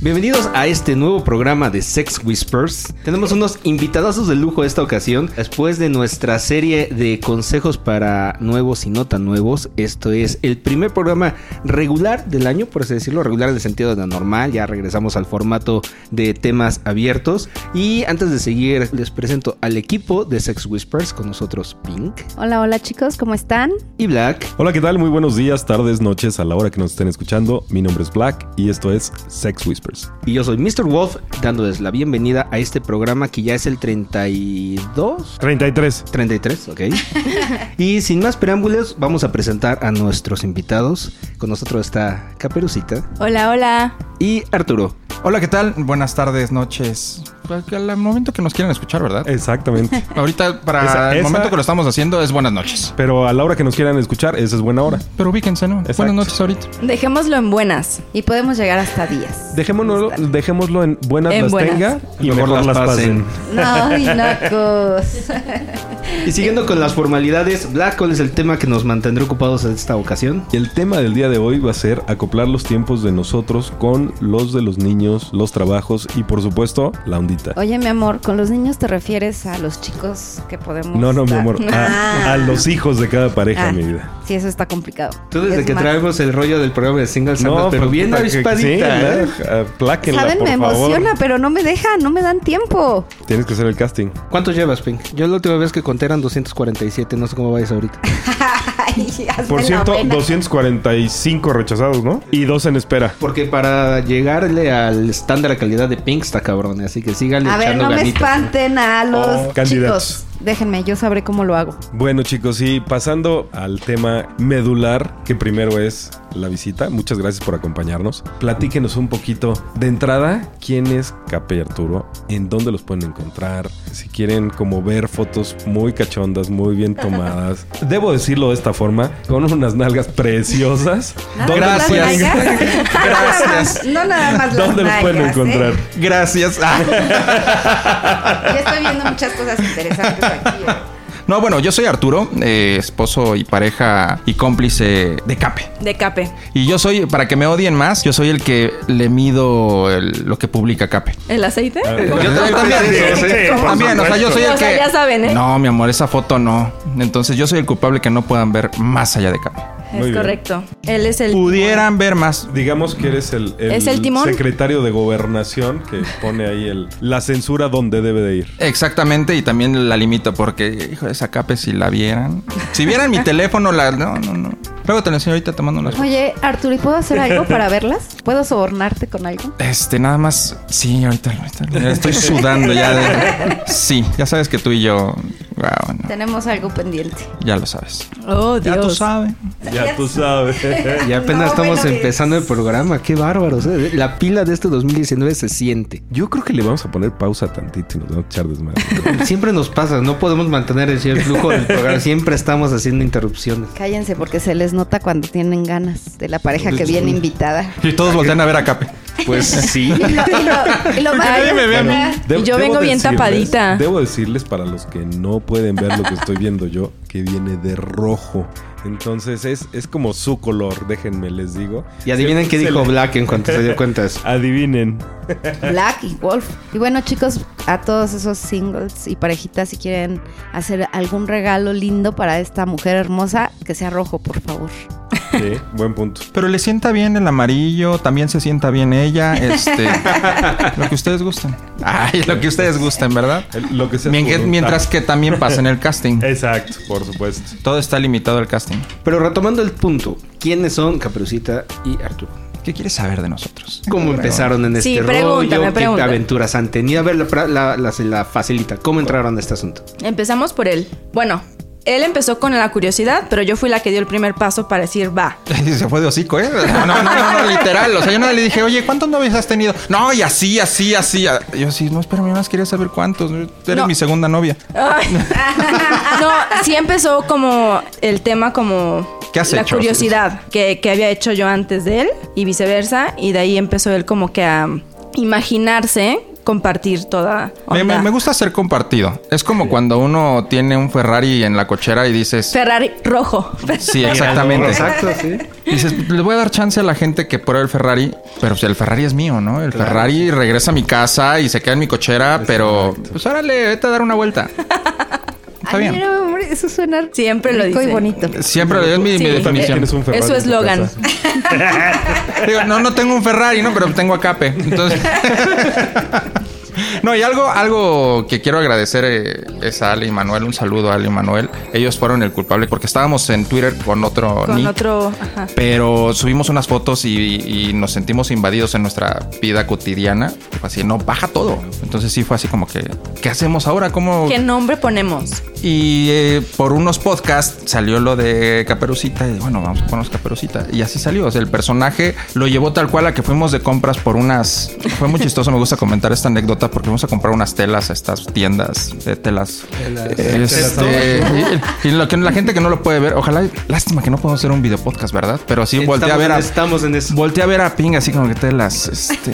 Bienvenidos a este nuevo programa de Sex Whispers. Tenemos unos invitadazos de lujo esta ocasión. Después de nuestra serie de consejos para nuevos y no tan nuevos, esto es el primer programa regular del año, por así decirlo, regular en el sentido de normal. Ya regresamos al formato de temas abiertos. Y antes de seguir, les presento al equipo de Sex Whispers con nosotros Pink Hola, hola chicos, ¿cómo están? y Black. Hola, ¿qué tal? Muy buenos días, tardes, noches, a la hora que nos estén escuchando. Mi nombre es Black y esto es Sex Whispers. Y yo soy Mr. Wolf, dándoles la bienvenida a este programa que ya es el 32. 33. 33, ok. y sin más preámbulos, vamos a presentar a nuestros invitados. Con nosotros está Caperucita Hola, hola. y Arturo. Hola, ¿qué tal? Buenas tardes, noches. Al al momento que nos quieran escuchar, ¿verdad? Exactamente. Ahorita, para Eh, esa- el esa- momento que lo estamos haciendo, es buenas noches. Pero a la hora que nos quieran escuchar, esa es buena hora. Pero ubíquense, ¿no? Exacto. Buenas noches ahorita. Dejémoslo en buenas y podemos llegar hasta 10. Dejémonos, dejémoslo en buenas En las buenas. tenga Y mejor las pasen. No, ay, nacos. Y siguiendo con las formalidades, Black, ¿cuál es el tema que nos mantendrá ocupados en esta ocasión? Y el tema del día de hoy va a ser acoplar los tiempos de nosotros con los de los niños, los trabajos y, por supuesto, la ondita. Oye, mi amor, ¿con los niños te refieres a los chicos que podemos No, no, mi dar? amor. Ah. A, a los hijos de cada pareja, Ah, mi vida. Sí, eso está complicado. Tú desde Es que más, traemos el rollo del programa de Singles pero pues, bien puta, que- avispadita, ¿eh? sí, la- apláquenla, Saben, por me favor. emociona, pero no me dejan, no me dan tiempo. Tienes que hacer el casting. Pues ¿Cuántos llevas, Pink? Yo la última vez que conté eran 247, no sé cómo vais ahorita. Ay, hazme Por la cierto, buena. 245 rechazados, ¿no? Y dos en espera. Porque para llegarle al estándar de calidad de Pink está cabrón, ¿eh? así que síganle A ver, echando no me ganitas. espanten a los Oh, candidatos. chicos. Déjenme, yo sabré cómo lo hago. Bueno, chicos, y pasando al tema medular, que primero es la visita. Muchas gracias por acompañarnos. Platíquenos un poquito de entrada, quién es Capa y Arturo, en dónde los pueden encontrar, si quieren como ver fotos muy cachondas, muy bien tomadas. Debo decirlo de esta forma, con unas nalgas preciosas. Nada ¿Dónde más los pueden- las nalgas. Gracias. No nada más las ¿Dónde los pueden nalgas, ¿eh? encontrar? Gracias. Ah. Yo eh? estoy viendo muchas cosas interesantes aquí. ¿eh? No, bueno, yo soy Arturo, eh, esposo y pareja y cómplice de Cape. De Cape. Y yo soy, para que me odien más, yo soy el que le mido el- lo que publica Cape. ¿El aceite? Yo Ah. también, también, o sea, yo soy el O sea, que... ya saben, ¿eh? No, mi amor, esa foto no. Entonces yo soy el culpable que no puedan ver más allá de Cape. Muy es bien. correcto. Él es el. Pudieran ver más, Digamos que eres el, ¿Es el timón? secretario de gobernación que pone ahí el, la censura donde debe de ir. Exactamente, y también la limito porque, hijo, esa cape, si la vieran. Si vieran mi teléfono, la. No, no, no. Luego te la enseño ahorita tomando unas. Oye, Arturo, ¿y puedo hacer algo para verlas? ¿Puedo sobornarte con algo? Este, nada más. Sí, ahorita. ahorita. estoy sudando ya de. Sí, ya sabes que tú y yo. Wow, no, Tenemos algo pendiente. ya lo sabes. Oh, Dios. Ya tú sabes. Ya tú sabes. Y apenas No, estamos bueno, empezando el programa, qué bárbaros. eh. La pila de este 2019 se siente. Yo creo que le vamos a poner pausa tantito y nos vamos a echar desmadre. Siempre nos pasa, no podemos mantener el el flujo del programa, siempre estamos haciendo interrupciones. Cállense porque se les nota cuando tienen ganas de la pareja que viene invitada. Y todos voltean a ver a Cape. Pues sí. Y lo, y lo- y lo más Ay, me vean. De- Y yo vengo bien tapadita. Debo decirles para los que no pueden ver lo que estoy viendo yo, que viene de rojo. Entonces es, es como su color, déjenme les digo. Y adivinen Se- qué se dijo le- Black en cuanto se dio cuenta de eso. Adivinen. Black y Wolf. Y bueno, chicos, a todos esos singles y parejitas, si quieren hacer algún regalo lindo para esta mujer hermosa, que sea rojo, por favor. Sí, buen punto. Pero le sienta bien el amarillo, también se sienta bien ella. Este. lo que ustedes gusten. Ay, lo que ustedes gusten, ¿verdad? El- lo que sea su Mientras, voluntad. Eh. mientras que también pasen el casting. Exacto, por supuesto. Todo está limitado al casting. Pero retomando el punto, ¿quiénes son Caperucita y Arturo? ¿Qué quieres saber de nosotros? ¿Cómo empezaron en este Sí, pregúntame, rollo? ¿Qué pregúntame. aventuras han tenido? A ver, la, la- la- la facilita, ¿cómo entraron a este asunto? Empezamos por él. Bueno, él empezó con la curiosidad, pero yo fui la que dio el primer paso para decir va. Se fue de hocico, ¿eh? No, no, no, no, literal. O sea, yo nada le dije, oye, ¿cuántos novios has tenido? No, y así, así, así. Yo sí, no, espérame, más quería saber cuántos. Eres No. mi segunda novia. Ay. no, sí empezó como el tema como ¿Qué ¿Qué has la hecho? curiosidad que, que había hecho yo antes de él y viceversa. Y de ahí empezó él como que a imaginarse compartir toda Me, me- onda. me gusta ser compartido. Es como cuando uno tiene un Ferrari en la cochera y dices. Ferrari rojo. Sí, exactamente. Exacto, sí. Dices, le voy a dar chance a la gente que pruebe el Ferrari, pero pues, el Ferrari es mío, ¿no? El Ferrari regresa a mi casa y se queda en mi cochera, pero pues órale, vete a dar una vuelta. Está Ay, bien. mira, hombre, eso suena Siempre lo rico y dice. bonito. Siempre es mi, mi Sí. definición. Tienes un Ferrari Es su en tu eslogan. casa. Eh. Digo, no, no tengo un Ferrari, ¿no? Pero tengo a Cape. Entonces. No, y algo, algo que quiero agradecer eh, es a Ali y Manuel. Un saludo a Ali y Manuel. Ellos fueron el culpable porque estábamos en Twitter con otro Con nick, otro. ajá. Pero subimos unas fotos y, y nos sentimos invadidos en nuestra vida cotidiana. Fue Así, no, baja todo. Entonces sí fue así como que, ¿qué hacemos ahora? ¿Cómo? ¿Qué nombre ponemos? Y eh, por unos podcasts salió lo de Caperucita. Y bueno, vamos a ponernos Caperucita. Y así salió. O sea, el personaje lo llevó tal cual a que fuimos de compras por unas. Fue muy chistoso. Me gusta comentar esta anécdota porque fuimos a comprar unas telas a estas tiendas de telas. Eh, Este, y, y lo que la gente que no lo puede ver, ojalá. Lástima que no podemos hacer un video podcast, ¿verdad? Pero sí, volteé a ver a. Estamos en eso. Volté a ver a Ping así como que telas, este...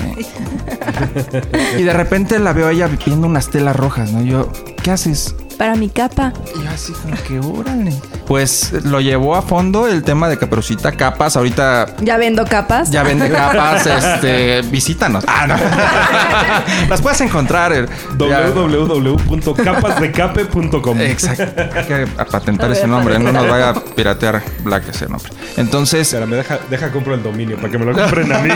y de repente la veo a ella viendo unas telas rojas, ¿no? Yo, ¿qué haces? Para mi capa. Y yo así como que, órale. Pues lo llevó a fondo el tema de Caperucita Capas. Ahorita Ya vendo capas. ya vende capas, este, visítanos. Ah, no. Las puedes encontrar. eh, ya- www.capasdecape.com Exacto. Hay que patentar Lo voy ese a nombre. No nos patentar. vaya a piratear Black ese nombre. Entonces, Espera, me deja, deja compro el dominio para que me lo compren a mí.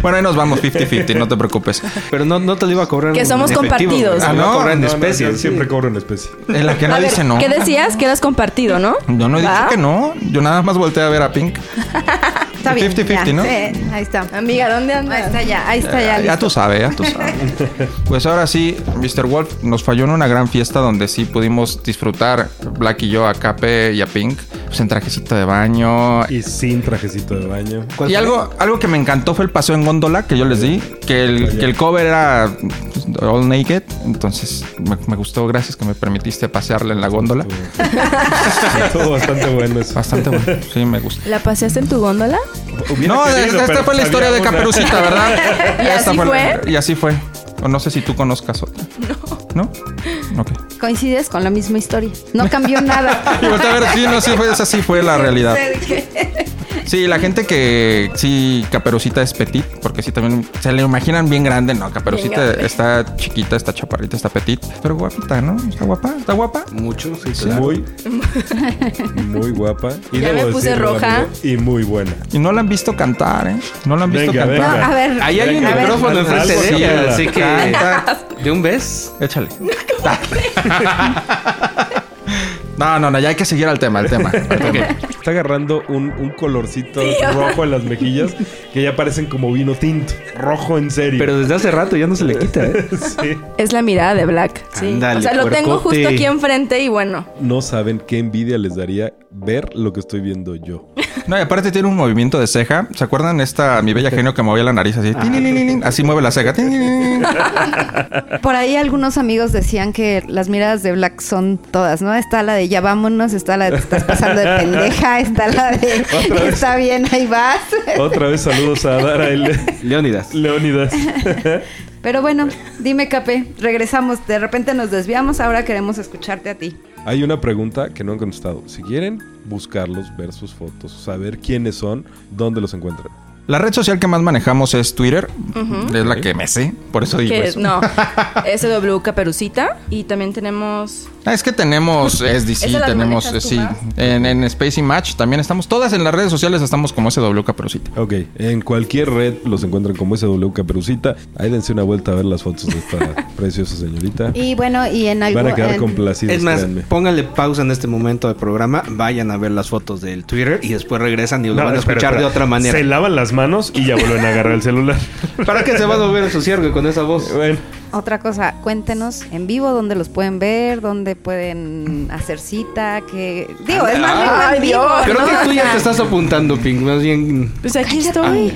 bueno, ahí nos vamos 50-50, no te preocupes. Pero no, no te lo iba a cobrar. Que en somos compartidos. güey. Ah, Te lo iba a no, cobrar en No, no, especie. yo sí. siempre cobro en especie. En la que no A ver, dice no. ¿Qué decías? Que eras compartido, ¿no? Yo no dije ¿Va? que no. Yo nada más volteé a ver a Pink. Está bien. 50-50, ya. ¿no? Sí, ahí está. Amiga, ¿dónde Ahí andas? está ya, ahí está ya. Ya, listo. tú sabes, ya tú sabes. Pues ahora sí, Mr. Wolf nos falló en una gran fiesta donde sí pudimos disfrutar, Black y yo, a Cape y a Pink, pues en trajecito de baño. Y, Y sin trajecito de baño. ¿Cuál fue? algo, algo que me encantó fue el paseo en góndola que yo les di, que el, que el cover era pues, all naked, entonces me, me gustó, gracias que me permitiste pasearle en la góndola. Todo bastante bueno eso. Bastante bueno, sí, me gusta. ¿La paseaste en tu góndola? Hubiera No, querido, esta, esta pero ¿eh? fue la historia de había una- Caperucita, ¿verdad? ¿Y Esta así la- y así fue. O no sé si tú conozcas otra. No. ¿No? Ok. Coincides con la misma historia. No cambió nada. Y volteé a ver, sí, no, sí fue, esa sí fue la realidad. Sí, la gente que sí, Caperucita es petit, porque sí también se le imaginan bien grande, no, Caperucita Bien grande. está chiquita, está chaparrita, está petit, pero guapita, ¿no? Está guapa, está guapa. Mucho, sí, claro. Muy, muy guapa. Y Ya me debo puse decirlo, roja. amigo, Y muy buena. Y no la han visto cantar, ¿eh? No la han visto Venga, No, cantar. a ver. Ahí hay un a ver. micrófono Algo enfrente de sí, ella, ¿verdad? así que. ¿De un beso? Échale. No, no, no, ya hay que seguir al tema, al tema. Está agarrando un, un colorcito rojo en las mejillas que ya parecen como vino tinto. Rojo en serio. Pero desde hace rato ya no se le quita, ¿eh? Sí. Es la mirada de Black. Sí. Ándale, o sea, lo tengo puercote. justo aquí enfrente y bueno. No saben qué envidia les daría ver lo que estoy viendo yo. No, y aparte tiene un movimiento de ceja. ¿Se acuerdan esta mi bella genio que movía la nariz así? Tin, tin, tin, tin, Así mueve la ceja. Tin, tin, tin, tin. Por ahí algunos amigos decían que las miradas de Black son todas, ¿no? Está la de ya vámonos, está la de te estás pasando de pendeja, está la de Otra vez. está bien, ahí vas. Otra vez saludos a Dara y Le- Leónidas. Leónidas. Pero bueno, dime, Cape, regresamos. De repente nos desviamos, ahora queremos escucharte a ti. Hay una pregunta que no han contestado. Si quieren buscarlos, ver sus fotos, saber quiénes son, dónde los encuentran. La red social que más manejamos es Twitter. Es la que me sé. Por eso digo Que eso. no. SW Caperucita. Y también tenemos. Ah, Es que tenemos SDC, ¿Esa la tenemos manejas tú sí, más? en, en Space y Match también estamos. Todas en las redes sociales estamos como SW Caperucita. Ok, en cualquier red los encuentran como SW Caperucita. Ahí dense una vuelta a ver las fotos de esta preciosa señorita. Y bueno, y en algo. Van a quedar en- complacidos, Es más, créanme. pónganle pausa en este momento del programa, vayan a ver las fotos del Twitter y después regresan y lo No, van a espera, escuchar de espera. otra manera. Se lavan las manos y ya vuelven a agarrar el celular. ¿Para qué se van a volver a ensuciar güey, con esa voz? bueno, Otra cosa, cuéntenos en vivo dónde los pueden ver, dónde pueden hacer cita, que digo, es más Ay, rico en vivo, Dios. Creo ¿no? que tú O ya sea, te estás apuntando, Pink. Más bien. Pues aquí estoy.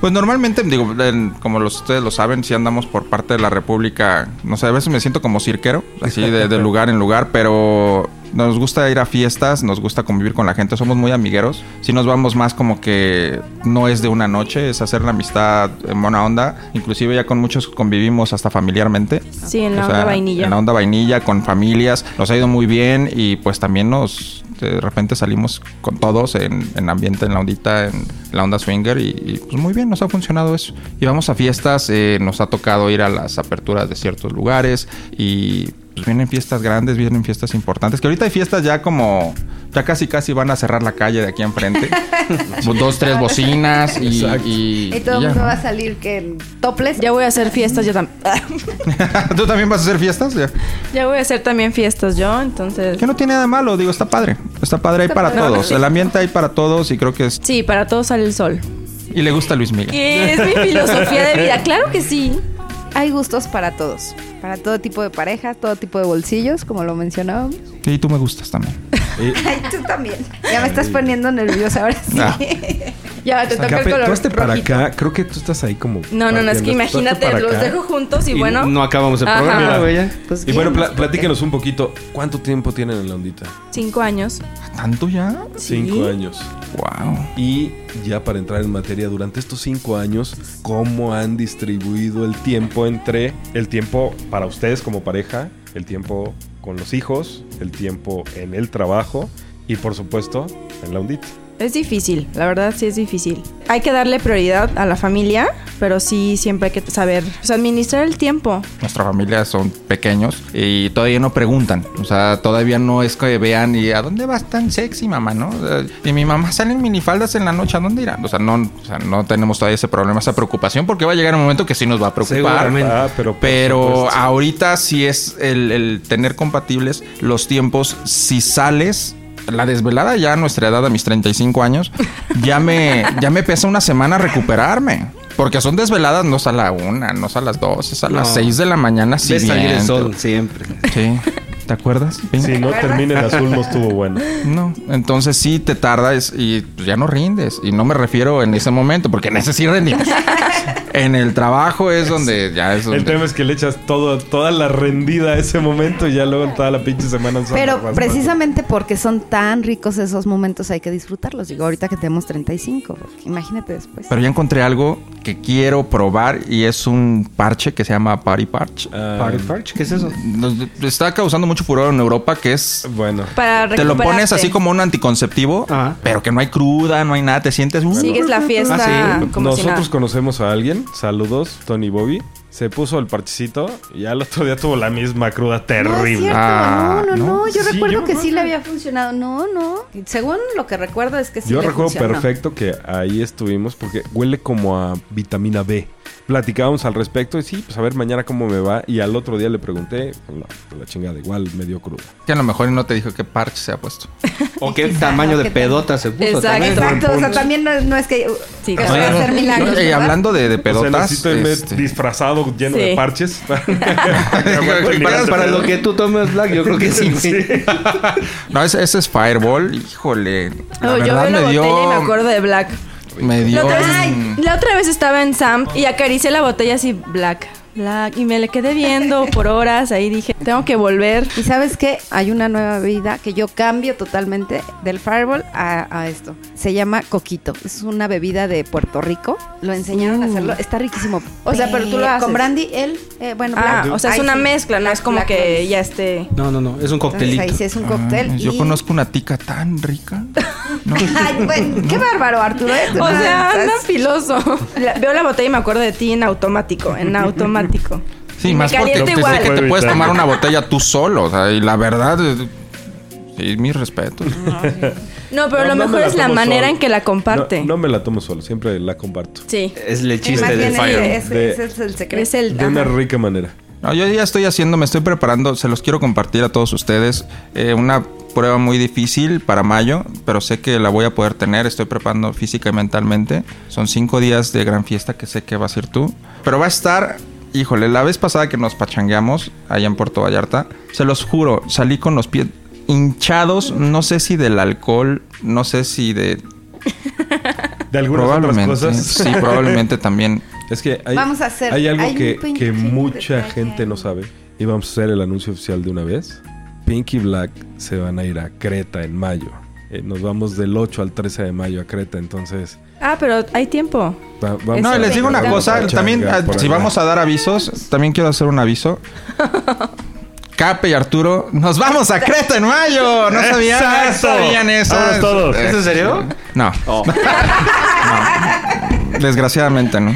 Pues normalmente, digo, en- como los, ustedes lo saben, si andamos por parte de la República, no sé, a veces me siento como cirquero, así de, de lugar en lugar, pero Nos gusta ir a fiestas, nos gusta convivir con la gente, somos muy amigueros. Si nos vamos más como que no es de una noche, es hacer la amistad en buena onda. Inclusive ya con muchos convivimos hasta familiarmente. Sí, en la O sea, onda vainilla. En la onda vainilla, con familias. Nos ha ido muy bien y pues también nos... De repente salimos con todos en, en ambiente, en la ondita, en la onda swinger y, y, pues muy bien, nos ha funcionado eso. Y vamos a fiestas, eh, nos ha tocado ir a las aperturas de ciertos lugares y pues vienen fiestas grandes, vienen fiestas importantes. Que ahorita hay fiestas ya como... Ya casi casi van a cerrar la calle de aquí enfrente. Dos, tres bocinas y... Exacto. y- Y todo y el ya, mundo ¿no? va a salir que en toples. Ya voy a hacer fiestas yo también. ¿Tú también vas a hacer fiestas? Ya. ya voy a hacer también fiestas yo, entonces... Que no tiene nada de malo, digo, está padre. Está padre ahí para padre. todos. El ambiente hay para todos y creo que es. Sí, para todos sale el sol. Y le gusta a Luis Miguel. Que es mi filosofía de vida, claro que sí. Hay gustos para todos. Para todo tipo de parejas, todo tipo de bolsillos, como lo mencionábamos. Y tú me gustas también. Eh, Ay, tú también. Ya me estás poniendo nerviosa ahora sí. Ah. ya, te toca el Cape, color tú hazte para rojito. acá, creo que tú estás ahí como. No, no, no, es que partiendo, tú hazte imagínate, para los acá. dejo juntos y, bueno... No acabamos el Ajá. programa, Mira. güey. ya. Pues Y bueno, bien, pla- ¿por qué? platíquenos un poquito, ¿cuánto tiempo tienen en la ondita? Cinco años. ¿Tanto ya? Cinco años. Wow. Y ya para entrar en materia, durante estos cinco años, ¿cómo han distribuido el tiempo entre el tiempo para ustedes como pareja, el tiempo con los hijos, el tiempo en el trabajo y por supuesto en la ondita? Es difícil, la verdad sí es difícil. Hay que darle prioridad a la familia, pero sí siempre hay que saber pues, administrar el tiempo. Nuestra familia son pequeños y todavía no preguntan. O sea, todavía no es que vean y a dónde vas tan sexy, mamá, ¿no? O sea, Y mi mamá sale en minifaldas en la noche, ¿a dónde irán? O sea, no, o sea, no tenemos todavía ese problema, esa preocupación, porque va a llegar un momento que sí nos va a preocupar. Seguramente. Ah, pero, por Pero supuesto. ahorita sí es el, el tener compatibles los tiempos. Si sales, la desvelada ya a nuestra edad, a mis 35 años, ya me, ya me pesa una semana recuperarme. Porque son desveladas no es a la una, no es a las dos, es a las No. seis de la mañana pues, Ves salir el siguiente. sol siempre. Sí. ¿Te acuerdas? Pina? si no termina en azul no estuvo bueno. No, entonces sí te tardas y pues, ya no rindes. Y no me refiero en ese momento, porque en ese sí rendimos. en el trabajo es donde ya es donde... El tema es que le echas todo, toda la rendida a ese momento y ya luego toda la pinche semana. son- Pero vas- precisamente porque son tan ricos esos momentos hay que disfrutarlos. Digo, ahorita que tenemos 35, porque imagínate después. Pero ya encontré algo que quiero probar y es un parche que se llama Party Parch. Ah, Party Parch, ¿qué es eso? Nos- Está causando mucho furor en Europa que es... Bueno. Para Te lo pones recuperarte. así como un anticonceptivo, Ajá. pero que no hay cruda, no hay nada, te sientes... uh, Sigues la fiesta Ah, sí. como si nada. Nosotros conocemos a alguien, saludos, Tony Bobby, se puso el parchecito y al otro día tuvo la misma cruda No, es terrible. cierto, Ah, no, no, ¿no? no. Yo Sí, recuerdo yo que sí recuerdo. le había funcionado. No, no. Según lo que recuerdo es que sí Yo le recuerdo funcionó. perfecto que ahí estuvimos porque huele como a vitamina B. Platicábamos al respecto y sí, pues a ver mañana cómo me va. Y al otro día le pregunté, no, la chingada, igual me dio cruda. Que a lo mejor no te dijo qué parche se ha puesto. ¿O qué tamaño de pedota se puso? Exacto. también? Exacto, o sea, también no, no es que uh, Sí, que claro. se va a hacer milagros. Eh, ¿verdad? hablando de, de O sea, pedotas... necesito irme este, disfrazado lleno Sí. de parches. Para, para lo que tú tomes Black, yo creo que sí. no, ese, ese es Fireball, híjole. La Oh, yo verdad veo la me dio... botella y me acuerdo de Black. me La dio... otra, vez, un- la otra vez estaba en Sam y acaricié la botella así, Black, Black. Y me le quedé viendo por horas. Ahí dije, tengo que volver. Y sabes que hay una nueva bebida que yo cambio totalmente del Fireball a, a esto. Se llama Coquito. Es una bebida de Puerto Rico. Lo enseñaron a hacerlo. Está riquísimo. O sea, pero tú lo haces. Mm. Con brandy, él. eh, bueno, Ah, blanco. o sea, es Ay, una sí. mezcla, no es como Black que Rose. ya esté. No, no, no. Es un Entonces, ahí cóctelito. sí es un cóctel. Ah, yo y- conozco una tica tan rica. No. Ay, bueno, qué bárbaro, Arturo. ¿eh? O sea, Estás- anda filoso. La- veo la botella y me acuerdo de ti en automático, en automático. Y Sí, me más porque calienta te, que igual. te Puede puedes evitar. tomar una botella tú solo. O sea, y la verdad, eh, sí, mis respetos. No, pero No, no lo mejor me la es la tomo manera solo. en que la comparte. No, no me la tomo solo, siempre la comparto. Sí. Es el Más chiste bien del ese- Fire. ese- De- ese es el secreto. Es el. De una ajá. rica manera. No, yo ya estoy haciendo, me estoy preparando, se los quiero compartir a todos ustedes. Eh, una prueba muy difícil para mayo, pero sé que la voy a poder tener, estoy preparando física y mentalmente. Son cinco días de gran fiesta que sé que vas a ir tú. Pero va a estar, híjole, la vez pasada que nos pachangueamos allá en Puerto Vallarta, se los juro, salí con los pies hinchados, no sé si del alcohol, no sé si de... De algunas otras Probablemente. cosas. Sí, probablemente también. Es que hay, Vamos a hacer- hay algo hay un que, pinche que mucha detalle. gente no sabe. Y vamos a hacer el anuncio oficial de una vez. Pinky Black se van a ir a Creta en mayo. Eh, nos vamos del 8 al 13 de mayo a Creta, entonces... Ah, pero hay tiempo. va- vamos No, Eso a- les digo una Vamos cosa, a también changar ah, por si acá. vamos a dar avisos, también quiero hacer un aviso. Cape y Arturo, nos vamos a Creta en mayo. No sabían, Exacto. no sabían eso. Vámonos todos. Eh, ¿Es en serio? No. No. Desgraciadamente, ¿no?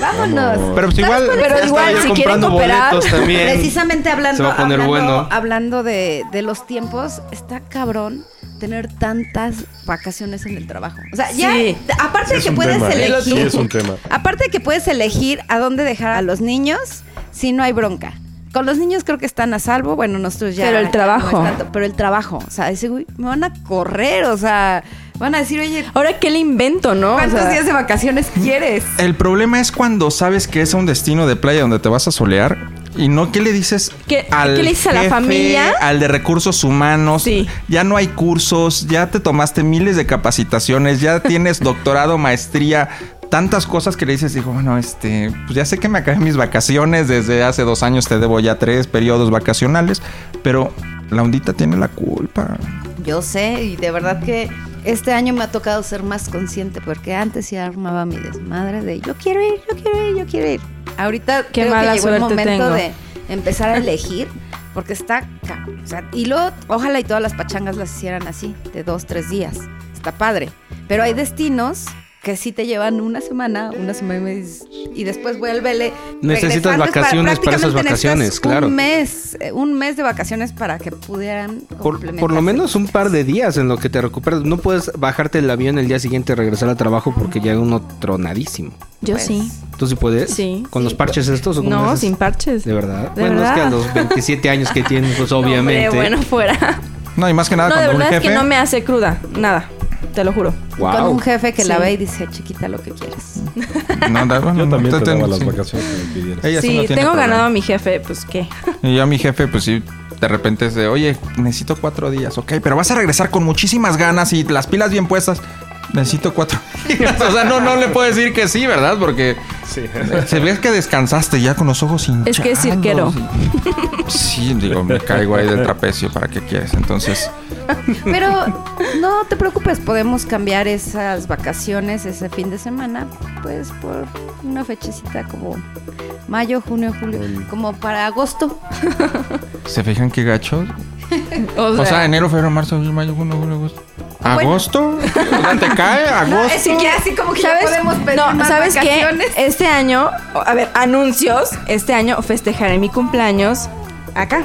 Vámonos. Pero pues igual. cuál es Pero Ya igual, estaba si yo quieren comprando cooperar, boletos también. Precisamente hablando, Se va a poner hablando, bueno. hablando de, de los tiempos, está cabrón tener tantas vacaciones en el trabajo. O sea, ya, Sí. aparte de Es que un puedes tema, ¿eh? elegir, Sí, es un tema. aparte de que puedes elegir a dónde dejar a los niños, si no hay bronca. Con los niños creo que están a salvo, bueno, nosotros ya. Pero el ya no trabajo. es tanto, pero el trabajo, o sea, ese güey, me van a correr, o sea, van a decir, oye, Ahora, ¿qué le invento, no? O ¿cuántos sea, días de vacaciones quieres? El problema es cuando sabes que es un destino de playa donde te vas a solear y no qué le dices ¿Qué- qué le dices a la familia? al de recursos humanos. Sí. Ya no hay cursos, ya te tomaste miles de capacitaciones, ya tienes doctorado, maestría, tantas cosas que le dices, digo, bueno, este, pues ya sé que me acabé mis vacaciones desde hace dos años, te debo ya tres periodos vacacionales, pero la ondita tiene la culpa. Yo sé, y de verdad que este año me ha tocado ser más consciente, porque antes sí armaba mi desmadre de yo quiero ir, yo quiero ir, yo quiero ir. Ahorita Qué creo mala que llegó suerte el momento tengo. de empezar a elegir, porque está... ca- O sea, y luego, ojalá y todas las pachangas las hicieran así, de dos, tres días. Está padre. Pero hay destinos que sí te llevan una semana, una semana y media, y después vuélvele. regresando, Necesitas es vacaciones para esas prácticamente necesitas vacaciones, claro. Un mes, eh, un mes de vacaciones para que pudieran Por, por lo complementarse. menos un par de días en lo que te recuperas. No puedes bajarte el avión el día siguiente y regresar al trabajo porque llega uno tronadísimo. Yo Pues, sí. ¿Tú sí puedes? Sí. ¿Con los parches estos o Pues, cómo le No, haces? sin parches. ¿De verdad? De bueno, es que a verdad. los 27 años que tienes, pues No, hombre, obviamente. bueno, fuera. No, y más que nada No, de Ah, cuando un verdad es jefe... que no me hace cruda. Nada. Te lo juro. Wow. Con un jefe que la Sí. ve y dice, chiquita, lo que quieres. No, da- bueno, Yo también te- te daba las sí. vacaciones que me pidieras. Ella sí sí, no tiene tengo problema. ganado a mi jefe, pues qué. Y yo a mi jefe, pues sí, de repente es de, oye, necesito cuatro días, ok, pero vas a regresar con muchísimas ganas y las pilas bien puestas. Necesito cuatro días. O sea, no, no le puedo decir que sí, ¿verdad? Porque se ve que descansaste ya con los ojos hinchados. Es que es cirquero. Sí, digo, me caigo ahí del trapecio, ¿para qué quieres? Entonces, Pero no te preocupes, podemos cambiar esas vacaciones, ese fin de semana, pues por una fechecita como mayo, junio, julio, como para agosto. ¿se fijan qué gacho? O O sea, sea, enero, febrero, marzo, abril, mayo, junio, julio, agosto. Ah, bueno. ¿Agosto? O sea, ¿Te cae? ¿Agosto? es que así como que ya podemos pedir no, más ¿sabes vacaciones. qué? Este año, a ver, anuncios. Este año festejaré mi cumpleaños acá.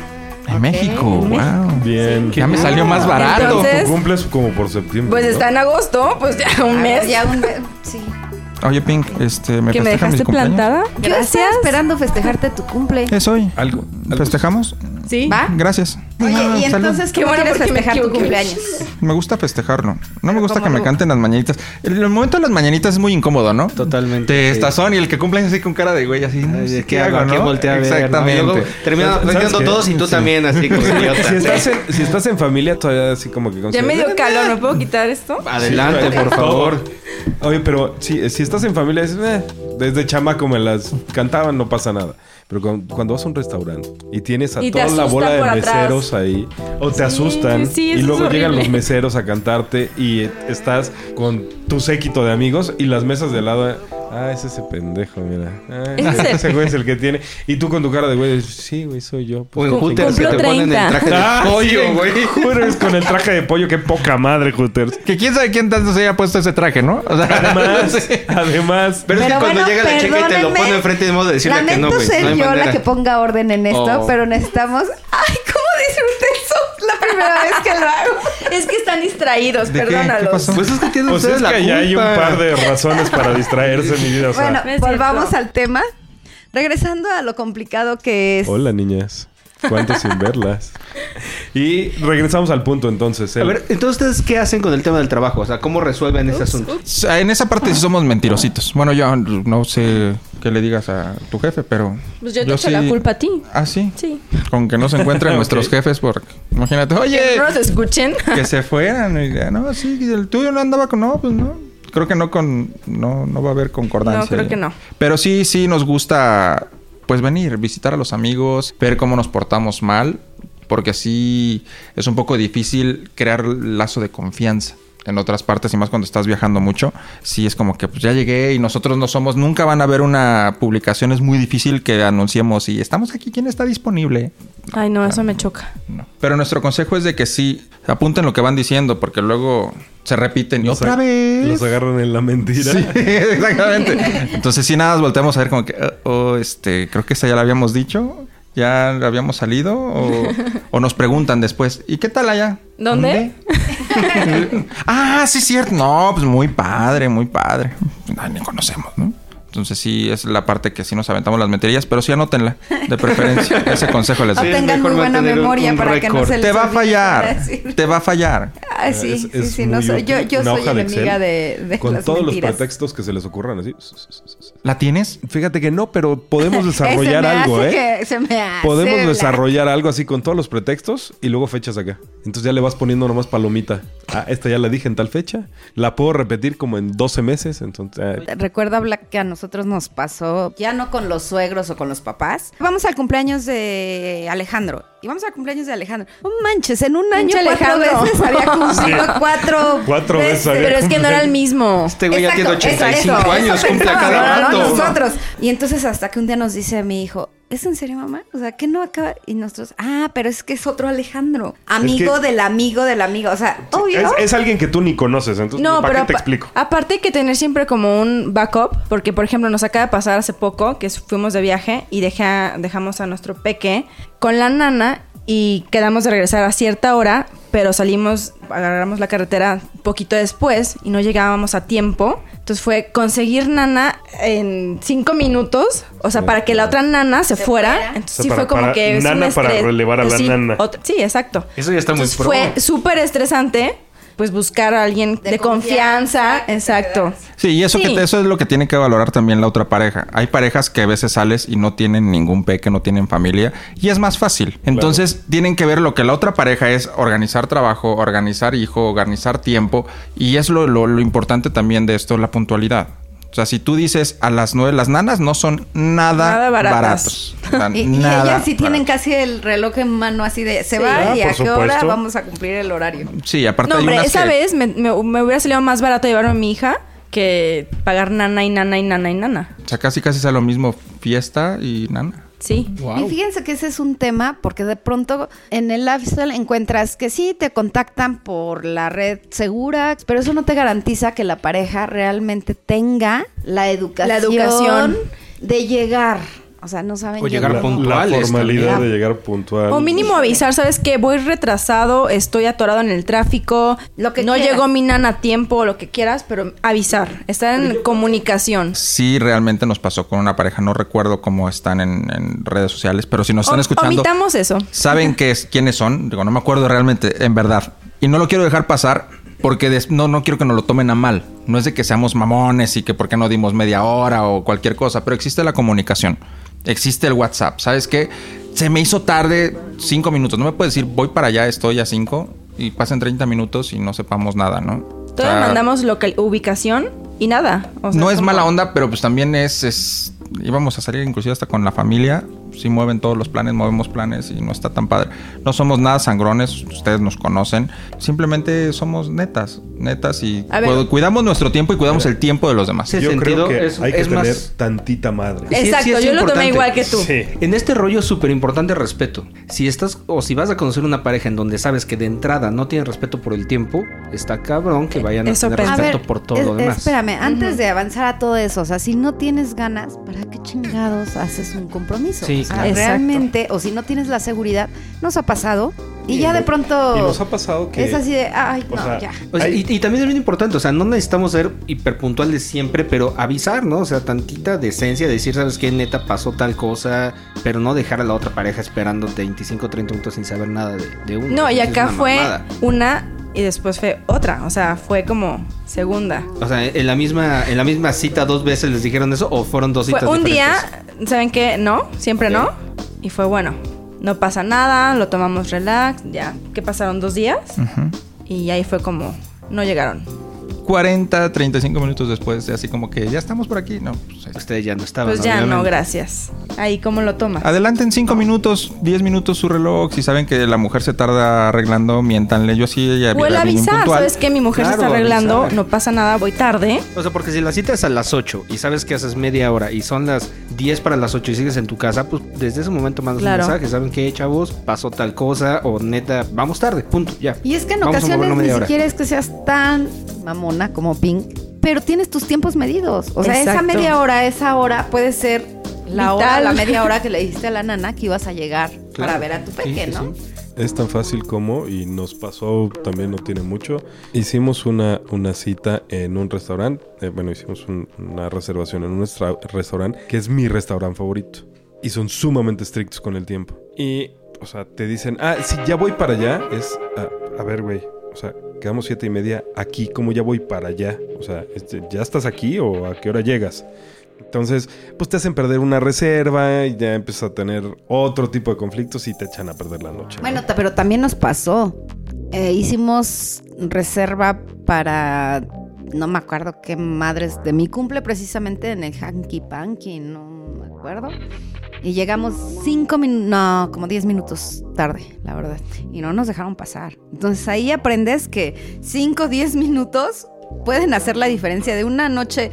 En México, wow. Bien. Ya me salió más barato. Ah, Entonces- Tú cumples como por septiembre. Pues ¿no? está en agosto, pues ya un Ah, mes. Ya un mes, sí. Oye, Pink, este, ¿me que me festejan mis dejaste cumpleaños? plantada. Yo estaba Gracias. esperando festejarte tu cumple. Es hoy. Algo- algo- ¿Festejamos? Sí. ¿Va? Gracias. Oye, y Salud. entonces, Qué ¿cómo bueno quieres porque me festejar tu equivoqué. cumpleaños? Me gusta festejarlo. No me gusta ¿cómo que me lo- canten las mañanitas. El, el momento de las mañanitas es muy incómodo, ¿no? Totalmente, Te sí. estazón y el que cumple así con cara de güey, así. no Ay, sé ¿Qué, hago? no? ¿Qué voltea a ver, no? Exactamente. Y luego terminan ¿Sabes aprendiendo qué? todos y tú Sí. también, así como idiota. Si estás, en, si estás en familia, todavía así como que... Ya me dio calor, ¿me puedo quitar esto? Adelante, Sí, por favor. Oye, pero si, si estás en familia, dices, "Eh, desde chamaco me las cantaban, no pasa nada. Pero cu- cuando, vas a un restaurante y tienes a Y te toda la asustan bola de por atrás. meseros ahí, o te Sí, asustan, sí, eso y es luego llegan horrible. los meseros a cantarte y eh, estás con tu séquito de amigos y las mesas de lado. eh, Ah, es ese pendejo, mira. Ah, Ese es el- ese güey es el que tiene. Y tú con tu cara de güey, sí, güey, soy yo. O Pues, en Cum- Hooters que cumplo te ponen el 30. traje Ah, de sí, pollo, güey. Hooters con el traje de pollo, qué poca madre, Hooters. Que quién sabe quién tanto se haya puesto ese traje, ¿no? O sea, Además, además. Pero, es que Pero cuando bueno, llega la chica y te lo perdónenme. pone enfrente de modo de decirle que no, Lamento güey. ser No hay yo la manera. que ponga orden en esto, Oh. pero necesitamos. Ay, ¿cómo disfruté eso? La primera vez que lo hago. Es que están distraídos, ¿De qué? ¿Qué perdónalos. pasó? Pues es que tienen O sea, ustedes es la que culpa. allá hay un par de razones para distraerse, mi vida. o sea. Bueno, No es volvamos cierto. al tema. Regresando a lo complicado que es. Hola, niñas. ¿Cuánto sin verlas? Y regresamos al punto entonces. A el- ver, entonces, ¿ustedes qué hacen con el tema del trabajo? O sea, ¿cómo resuelven ese asunto? en esa parte sí somos mentirositos. Bueno, yo no sé qué le digas a tu jefe, pero. Pues yo te echo la culpa a ti. Ah, sí. Sí. Con que no se encuentren Ok. nuestros jefes, porque. Imagínate, oye. Que no nos escuchen. que se fueran. Y ya, no, sí, el tuyo no andaba con. No, pues no. Creo que no con. No, no va a haber concordancia. No, creo que no. Pero sí, sí nos gusta. Pues venir, visitar a los amigos, ver cómo nos portamos mal. porque así es un poco difícil crear lazo de confianza. En otras partes y más cuando estás viajando mucho, sí es como que pues ya llegué y nosotros no somos, nunca van a ver una publicación, es muy difícil que anunciemos y estamos aquí, ¿quién está disponible? Ay, no, eso me choca. No. Pero nuestro consejo es de que sí, apunten lo que van diciendo, porque luego se repiten y otra ag- vez. Los agarran en la mentira. Sí, exactamente. Entonces, si nada, más volteamos a ver como que, "Oh, oh, este, creo que esa ya la habíamos dicho, ya la habíamos salido, o, o nos preguntan después, ¿y qué tal allá? ¿Dónde? ¿Dónde?" ah, sí, cierto. No, pues muy padre, muy padre. Ay, ni conocemos, ¿no? Entonces, sí, es la parte que sí nos aventamos las mentirillas, pero sí anótenla, de preferencia. Ese consejo les doy. Sí, es Obtengan muy mejor buena mantener un- memoria un para que no récord. se les Te va a olvide para fallar, decir. te va a fallar. Ah, sí, Es- sí, es sí, no muy soy, yo, útil. yo Una soy hoja de enemiga Excel de, de Con las todos mentiras. los pretextos que se les ocurran así. ¿La tienes? Fíjate que no, pero podemos Eh, se me desarrollar algo, hace ¿eh? que- se me hace Podemos la- desarrollar algo así con todos los pretextos y luego fechas acá. Entonces ya le vas poniendo nomás palomita. Ah, esta ya la dije en tal fecha. La puedo repetir como en 12 meses. Entonces, ah, Recuerda, Black, que a nosotros nos pasó, ya no con los suegros o con los papás. Vamos al cumpleaños de Alejandro. Y vamos al cumpleaños de Alejandro. No manches, en un año Pinche cuatro Alejandro. veces había cumplido cuatro, Cuatro veces había Pero es que no era el mismo. Este güey ya tiene Exacto, 85 eso, eso, años, eso cumple a pensaba, cada ¿no? rato. Nosotros. Y entonces hasta que un día nos dice mi hijo, ¿es en serio, mamá? O sea, ¿qué no acaba? Y nosotros, ah, pero es que es otro Alejandro. Amigo que- del amigo del amigo. O sea, obvio. es, es alguien que tú ni conoces. Entonces, No, ¿para pero qué te apa- explico? aparte hay que tener siempre como un backup, porque por ejemplo nos acaba de pasar hace poco que fuimos de viaje y dejé a- dejamos a nuestro peque con la nana y quedamos de regresar a cierta hora, pero salimos, agarramos la carretera poquito después y no llegábamos a tiempo. Entonces fue conseguir nana en cinco minutos, o sea, para que la otra nana se, fuera. fuera. Entonces O sea, sí para- fue como para que... es nana un para estrés. Pues relevar a la Sí, nana. ot- sí, exacto. Eso ya está muy Entonces, pro. fue súper estresante, pues buscar a alguien de, De confianza, confianza, exacto. Sí, y eso, Sí. Que te- eso es lo que tiene que valorar también la otra pareja. Hay parejas que a veces sales y no tienen ningún peque, no tienen familia, y es más fácil. Entonces tienen que ver lo que la otra pareja es organizar trabajo, organizar hijo, organizar tiempo, y es lo, lo- lo importante también de esto, la puntualidad. O sea, si tú dices a las nueve, las nanas no son nada, Nada baratas. baratos. O sea, Y, y nada ellas sí tienen baratos. casi el reloj en mano así de se Sí. va Ah, y por a qué hora supuesto. vamos a cumplir el horario. Sí, aparte No, hay hombre, unas esa que- vez me, me- me hubiera salido más barato llevarme a mi hija que pagar nana y nana y nana y nana. O sea, casi casi sea lo mismo fiesta y nana. Sí. Y fíjense que ese es un tema porque de pronto en el lifestyle encuentras que sí te contactan por la red segura, pero eso no te garantiza que la pareja realmente tenga la educación, La educación. de llegar. O sea, no saben O llegar nunca. puntual. La puntuales formalidad de también. llegar puntual. O mínimo avisar, ¿sabes qué? Voy retrasado, estoy atorado en el tráfico, Lo que no quieras. llegó mi nana a tiempo, lo que quieras, pero avisar, estar en comunicación. Sí, realmente nos pasó con una pareja. No recuerdo cómo están en, en redes sociales, pero si nos están O- escuchando, Omitamos eso. saben qué es, quiénes son. Digo, no me acuerdo realmente, en verdad. Y no lo quiero dejar pasar porque des- no, no quiero que nos lo tomen a mal. No es de que seamos mamones y que por qué no dimos media hora o cualquier cosa, pero existe la comunicación. Existe el WhatsApp. ¿Sabes qué? Se me hizo tarde cinco minutos. No me puedes decir, voy para allá, estoy a cinco y pasen 30 minutos y no sepamos nada, ¿no? O Todos sea, mandamos local, ubicación y nada. O Ah. sea, no es como- mala onda, pero pues también es, es- Íbamos a salir inclusive hasta con la familia. Si mueven todos los planes, movemos planes y no está tan padre. No somos nada sangrones, ustedes nos conocen. Simplemente somos netas, netas y A ver. cu- cuidamos nuestro tiempo y cuidamos el tiempo de los demás. Sí. Yo creo sentido que es- hay que es tener más- tantita madre. Sí, Exacto, sí, es yo lo importante. tomé igual que tú. Sí. En este rollo es súper importante el respeto. Si estás o si vas a conocer una pareja en donde sabes que de entrada no tienen respeto por el tiempo, está cabrón que vayan a Eso tener pensé. A respeto ver, por todo es- lo demás. Espérame, antes de avanzar a todo eso, o sea, si no tienes ganas, ¿para qué chingados haces un compromiso? Sí, O sea, claro. Exacto. realmente, o si no tienes la seguridad, nos ha pasado y, Y ya de no- pronto y nos ha pasado que- es así de, ay, o no, sea, ya. O sea, Hay- y, y también es bien importante, o sea, no necesitamos ser hiperpuntuales siempre, pero avisar, ¿no? O sea, tantita decencia, decir, ¿sabes qué? Neta, pasó tal cosa, pero no dejar a la otra pareja esperando 25, 30 minutos sin saber nada de, de uno. No, y Eso es acá una fue mamada. una y después fue otra. O sea, fue como segunda. O sea, en la misma, en la misma cita dos veces les dijeron eso o fueron dos citas Fue un diferentes? día, ¿saben qué? No, siempre no. Y fue bueno, no pasa nada, lo tomamos relax, ya. que pasaron? ¿Dos días? Y ahí fue como, no llegaron. 40, 35 minutos después, así como que ya estamos por aquí. No, Ah, pues, ahí está. Ustedes ya no estaban. Pues ya no, obviamente. gracias. ahí cómo lo tomas. Adelanten 5 minutos, 10 minutos su reloj. Si saben que la mujer se tarda arreglando, mientanle. Yo sí, ella O el era bien avisar, puntual. sabes que mi mujer se Claro, está arreglando, avisar. no pasa nada, voy tarde. O sea, porque si la cita es a las 8 y sabes que haces media hora y son las 10 para las 8 y sigues en tu casa, pues desde ese momento mandas Claro. un mensaje. ¿Saben qué, chavos? Pasó tal cosa o neta, vamos tarde, punto, ya. Y es que en Vamos a ocasiones moverlo ni media hora. siquiera es que seas tan mamona como Pink, pero tienes tus tiempos medidos. O sea, esa Exacto. media hora, esa hora puede ser la hora, Vital. la media hora que le dijiste a la nana que ibas a llegar para Claro. ver a tu peque, Sí, sí, ¿no? Es tan fácil como, y nos pasó también, no tiene mucho. Hicimos una, una cita en un restaurante. eh, bueno, hicimos un- una reservación en un estra- restaurante que es mi restaurante favorito. Y son sumamente estrictos con el tiempo. Y, o sea, te dicen, ah, si ya voy para allá, es, ah, a ver, güey. O sea, quedamos siete y media aquí, ¿cómo ya voy para allá? O sea, este, ¿ya estás aquí o a qué hora llegas? Entonces, pues te hacen perder una reserva y ya empiezas a tener otro tipo de conflictos y te echan a perder la noche. ¿no? Bueno, ta- pero también nos pasó. Eh, hicimos reserva para. No me acuerdo qué madres de mi cumple, precisamente en el Hanky Panky, no me acuerdo. Y llegamos cinco minutos, no, como diez minutos tarde, la verdad. Y no nos dejaron pasar. Entonces ahí aprendes que cinco, diez minutos pueden hacer la diferencia de una noche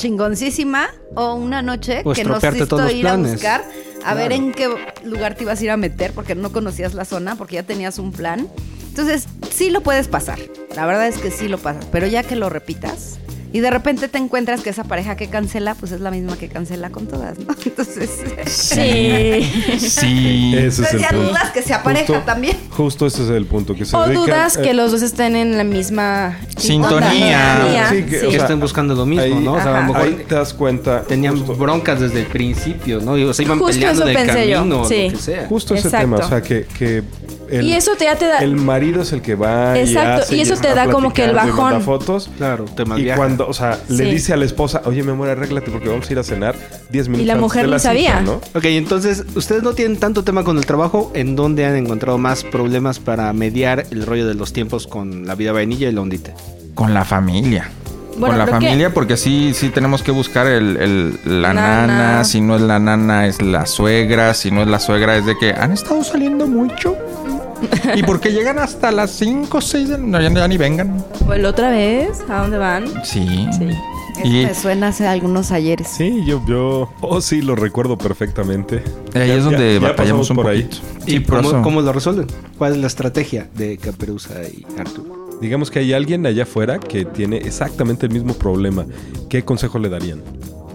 chingoncísima o una noche O que no estropearte todos los ir a planes. buscar a ver en qué lugar te ibas a ir a meter porque no conocías la zona, porque ya tenías un plan. Entonces, sí lo puedes pasar. La verdad es que sí lo pasas, pero ya que lo repitas y de repente te encuentras que esa pareja que cancela, pues es la misma que cancela con todas, ¿no? Entonces, Sí. Sí. Ese es entonces el ya punto. dudas que sea pareja Justo- también. Justo ese es el punto. Que se O dedican- dudas eh, que los dos estén en la misma Sintonía. Sintonía, Sí, que- sí. o Que sea, estén buscando lo mismo, ahí- ¿no? O sea, a lo mejor Ahí te das cuenta. tenían justo, broncas desde el principio, ¿no? Y, o sea, iban Justo peleando eso del pensé yo, camino, o sí. lo que sea. justo ese Exacto. tema. O sea, que, que el, Y eso te, ya te da. el marido es el que va. Exacto, Y, hace, y eso está te da como que el platicando, y manda bajón. fotos. Claro, te Y malviaja. cuando, o sea, le Sí. dice a la esposa, oye, mi amor, arréglate porque vamos a ir a cenar 10 minutos. la antes mujer de ni cita", sabía. ¿no? Ok, entonces, ustedes no tienen tanto tema con el trabajo. ¿En dónde han encontrado más problemas para mediar el rollo de los tiempos con la vida vainilla y la ondita? Con la familia. Bueno, con la creo que- familia, porque sí, sí tenemos que buscar el, el- la Nana. nana. Si no es la nana, es la suegra. Si no es la suegra, es de que han estado saliendo mucho. y porque llegan hasta las 5 o 6 de no, ya, ya ni vengan. Pues, otra vez, ¿a dónde van? Sí. Sí. Y Eso me suena hace algunos ayeres. Sí, yo, yo, oh sí, lo recuerdo perfectamente. ahí Ya- es donde ya- ya batallamos pasamos un por ahí. poquito. ¿Y por cómo, eso- cómo lo resuelven? ¿Cuál es la estrategia de Caperuza y Arturo? Digamos que hay alguien allá afuera que tiene exactamente el mismo problema. ¿Qué consejo le darían?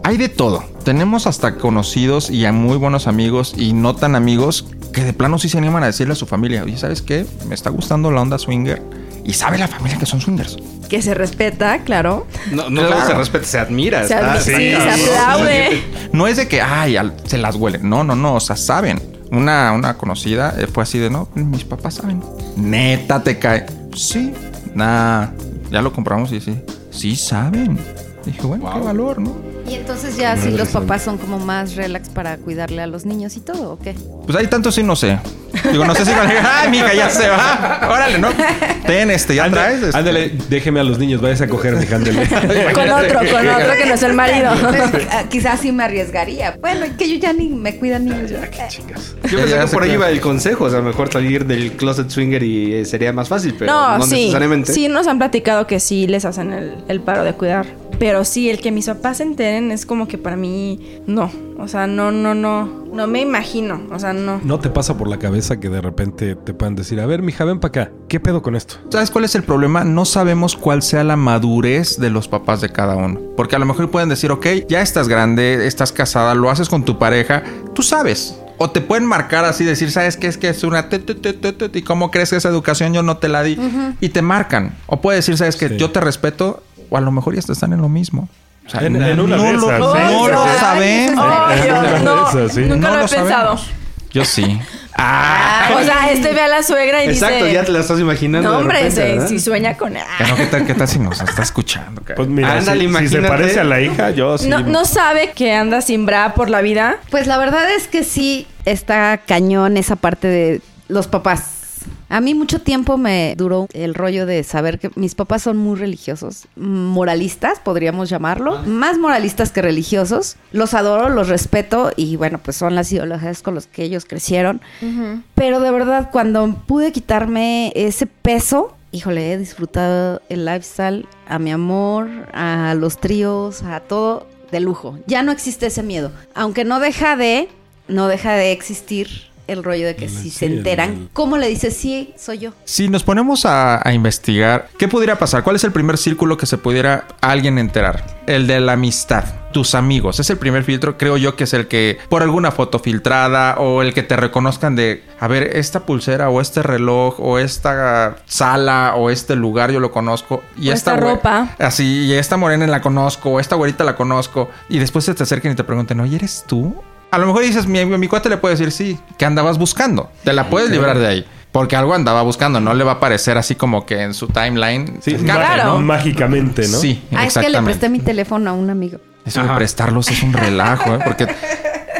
Hay de todo. Tenemos hasta conocidos y a muy buenos amigos y no tan amigos que de plano sí se animan a decirle a su familia, oye, ¿sabes qué? Me está gustando la onda swinger. Y sabe la familia que son swingers. Que se respeta, claro. No, no Claro. se respeta, se admira. Ah, Se está- admi- sí, está se cabrón. aplaude. No es de que, ay, al- se las huelen. No, no, no. O sea, saben. Una, una conocida eh, fue así de, no, mis papás saben. Neta, te cae. Sí. Nah. Ya lo compramos y sí. Sí saben. Dije, bueno, qué valor, ¿no? Y entonces ya sí los papás son como más relax para cuidarle a los niños y todo, ¿o qué? Pues hay tanto sí no sé. Digo, no sé si van a decir, ay, mija, ya se va. Órale, ¿no? Ten este, ya traes. este". Ándale, déjeme a los niños, váyase a coger, mija, ándale. Con otro, con otro que no es el marido. Pues, ah, quizás sí me arriesgaría. Bueno, que yo ya ni me cuidan niños. yo- Yo Ya, pensé ya que se por ahí queda. iba el consejo, o sea, mejor salir del closet swinger y eh, sería más fácil, pero no, no, sí. necesariamente. Sí, nos han platicado que sí les hacen el, el paro de cuidar. Pero sí, el que mis papás se enteren es como que para mí no. O sea, no, no, no. No me imagino. O sea, no. ¿No te pasa por la cabeza que de repente te puedan decir, a ver, mija, ven para acá, ¿qué pedo con esto? ¿Sabes cuál es el problema? No sabemos cuál sea la madurez de los papás de cada uno. Porque a lo mejor pueden decir, ok, ya estás grande, estás casada, lo haces con tu pareja, tú sabes. O te pueden marcar así, decir, ¿sabes qué? Es que es una... te, te, te, te, te, ¿Y cómo crees que esa educación yo no te la di? Y te marcan. O puede decir, ¿sabes qué? Sí. Yo te respeto. O a lo mejor ya te están en lo mismo. O sea, En- na- en una no de lo, esas, sí, no sí, lo sí. sabemos. Ay, Dios, no, Eso, sí. Nunca No lo he pensado. sabemos. Yo sí. Ah, O sea, este ve a la suegra y Exacto, dice. ya te la estás imaginando. no, de hombre, repente, se- ¿verdad? si sueña con. ya no, ¿qué tal, qué tal si nos está escuchando? cara? Pues mira, Ándale, si- si, se imagínate. parece a la hija, yo sí. No, no sabe que anda sin bra por la vida. Pues la verdad es que sí está cañón esa parte de los papás. A mí mucho tiempo me duró el rollo de saber que mis papás son muy religiosos, moralistas, podríamos llamarlo, más moralistas que religiosos. Los adoro, los respeto y bueno, pues son las ideologías con las que ellos crecieron. Pero de verdad, cuando pude quitarme ese peso, híjole, he disfrutado el lifestyle, a mi amor, a los tríos, a todo de lujo. Ya no existe ese miedo. Aunque no deja de, no deja de existir el rollo de que El- si se sí, el- enteran, el- ¿cómo le dices sí, soy yo? Si nos ponemos a, a investigar, ¿qué pudiera pasar? ¿Cuál es el primer círculo que se pudiera alguien enterar? El de la amistad, tus amigos. Es el primer filtro, creo yo, que es el que por alguna foto filtrada o el que te reconozcan de, a ver, esta pulsera o este reloj o esta sala o este lugar yo lo conozco. Y O esta güe- ropa. Así, y esta morena la conozco o esta güerita la conozco. Y después se te acerquen y te pregunten, oye, ¿eres tú? A lo mejor dices, mi, mi cuate le puede decir sí, que andabas buscando. Te Ah, la puedes librar de ahí. Porque algo andaba buscando, no le va a aparecer así como que en su timeline. Sí, Claro, má- Claro. mágicamente, ¿no? Ah, Sí, es que le exactamente. presté mi teléfono a un amigo. Eso de prestarlos es un relajo, ¿eh? Porque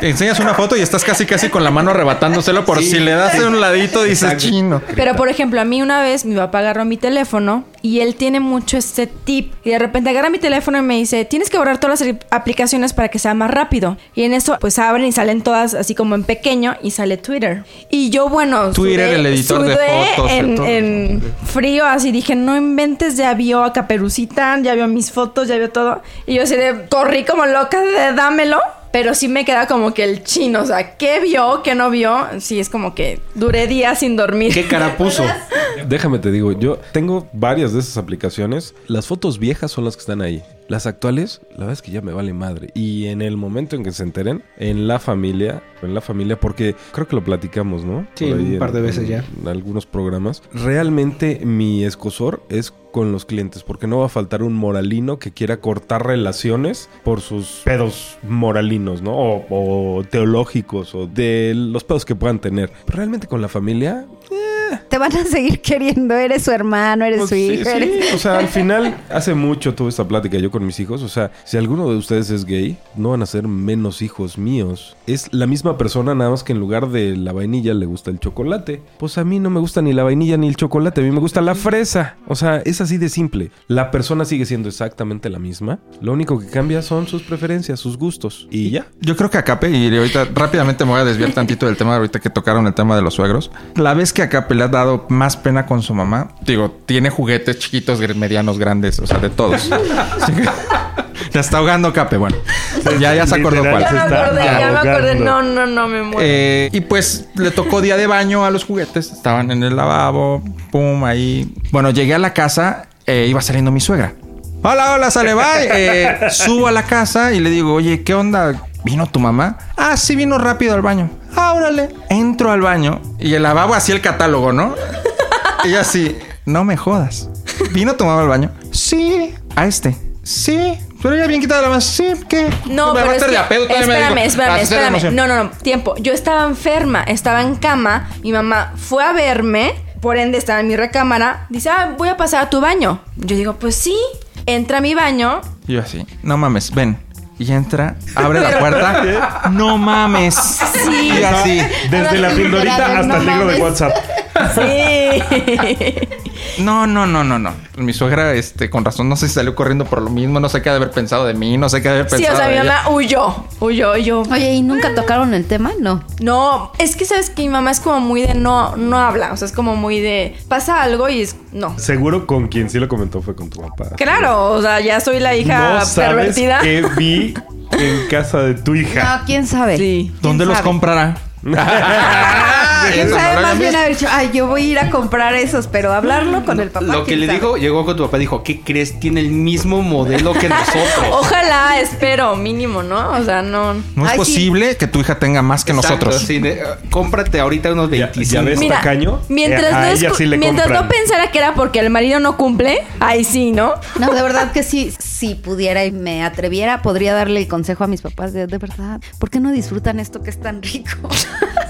te enseñas una foto y estás casi casi con la mano arrebatándoselo por si le das de un ladito dices chino. Pero por ejemplo, a mí una vez mi papá agarró mi teléfono y él tiene mucho este tip. Y de repente agarra mi teléfono y me dice, tienes que borrar todas las ap- aplicaciones para que sea más rápido. Y en eso pues abren y salen todas así como en pequeño y sale Twitter. Y yo bueno... Twitter, sudé- el editor de sudé fotos, de En, todo. en frío así dije, no inventes, ya vio a Caperucita, ya vio mis fotos, ya vio todo. Y yo así de, corrí como loca de dámelo. Pero sí me queda como que el chino, o sea, ¿qué vio? ¿Qué no vio? Sí, es como que duré días sin dormir. ¿Qué cara puso? Déjame te digo, yo tengo varias de esas aplicaciones. Las fotos viejas son las que están ahí. Las actuales, la verdad es que ya me vale madre. Y en el momento en que se enteren, en la familia, en la familia, porque creo que lo platicamos, ¿no? Sí, Por ahí un en- par de veces en ya. algunos programas. Realmente mi escosor es con los clientes, porque no va a faltar un moralino que quiera cortar relaciones por sus pedos moralinos, ¿no? O, o teológicos, o de los pedos que puedan tener. Pero realmente con la familia, Te van a seguir queriendo, eres su hermano, eres pues su sí, hijo. sí, eres- O sea, al final, hace mucho tuve esta plática yo con mis hijos. O sea, si alguno de ustedes es gay, no van a ser menos hijos míos. Es la misma persona, nada más que en lugar de la vainilla le gusta el chocolate. Pues a mí no me gusta ni la vainilla ni el chocolate, a mí me gusta la fresa. O sea, es así de simple. La persona sigue siendo exactamente la misma. Lo único que cambia son sus preferencias, sus gustos. Y ya. Yo creo que Acape, y ahorita rápidamente me voy a desviar tantito del tema, ahorita que tocaron el tema de los suegros. La vez que Acape le ha dado más pena con su mamá, digo, tiene juguetes chiquitos, gr- medianos, grandes, o sea, de todos. Así que- la está ahogando Acape, bueno. Ya, ya se acordó Literal, cuál. Ya me está acordé, ya me ahogando. acordé. No, no, no, me muero. Eh, y pues le tocó día de baño a los juguetes. Estaban en el lavabo, pum, ahí. Bueno, llegué a la casa, eh, iba saliendo mi suegra. Hola, hola, sale, bye. Eh, subo a la casa y le digo, oye, ¿qué onda? ¿Vino tu mamá? Ah, sí, vino rápido al baño. Ah, órale. Entro al baño y el lavabo así el catálogo, ¿no? Y yo así, no me jodas. ¿Vino tu mamá al baño? Sí. A este. Sí. Pero ya bien quitada la mano. Sí, ¿qué? no, Me va a pero es estar de que- a pedo, todavía me espérame, dijo, "Ah, espérame, sí, te da la espérame. emoción". No, no, no, tiempo. Yo estaba enferma, estaba en cama, mi mamá fue a verme, por ende estaba en mi recámara, dice, ah, voy a pasar a tu baño. Yo digo, pues sí, entra a mi baño, Y yo así, no mames, ven. Y entra, abre la puerta. No mames. Sí. Y así. Desde la pildorita hasta el negro de WhatsApp. sí. No, no, no, no, no. Mi suegra, este, con razón, no sé si salió corriendo por lo mismo. No sé qué ha de haber pensado de mí. No sé qué ha de haber sí, pensado o sea, de mi ella. mamá huyó, huyó, yo. Oye, ¿y nunca tocaron el tema? No. No, es que sabes que mi mamá es como muy de no, no habla, o sea, es como muy de pasa algo y es no. Seguro con quien sí lo comentó fue con tu papá. Claro, o sea, ya soy la hija no sabes pervertida. qué vi en casa de tu hija. No, quién sabe. Sí. ¿Dónde ¿Quién los sabe? comprará? ¿Quién Eso no sabe lo más hagan bien bien. haber dicho, ay, yo voy a ir a comprar esos, pero hablarlo con el papá. Lo que ¿quién le sabe? dijo, llegó con tu papá, dijo, ¿qué crees? Tiene el mismo modelo que nosotros. Ojalá, espero, mínimo, ¿no? O sea, no. No es Ay, sí. posible que tu hija tenga más que Exacto, nosotros. sí, de, uh, cómprate ahorita unos Ya- ya 25. ves. Mira, tacaño? mientras, Eh, a no, ella escu- sí le mientras compran. no pensara que era porque el marido no cumple, ahí sí, ¿no? No, de verdad que sí, si pudiera y me atreviera, podría darle el consejo a mis papás de, de verdad, ¿por qué no disfrutan esto que es tan rico?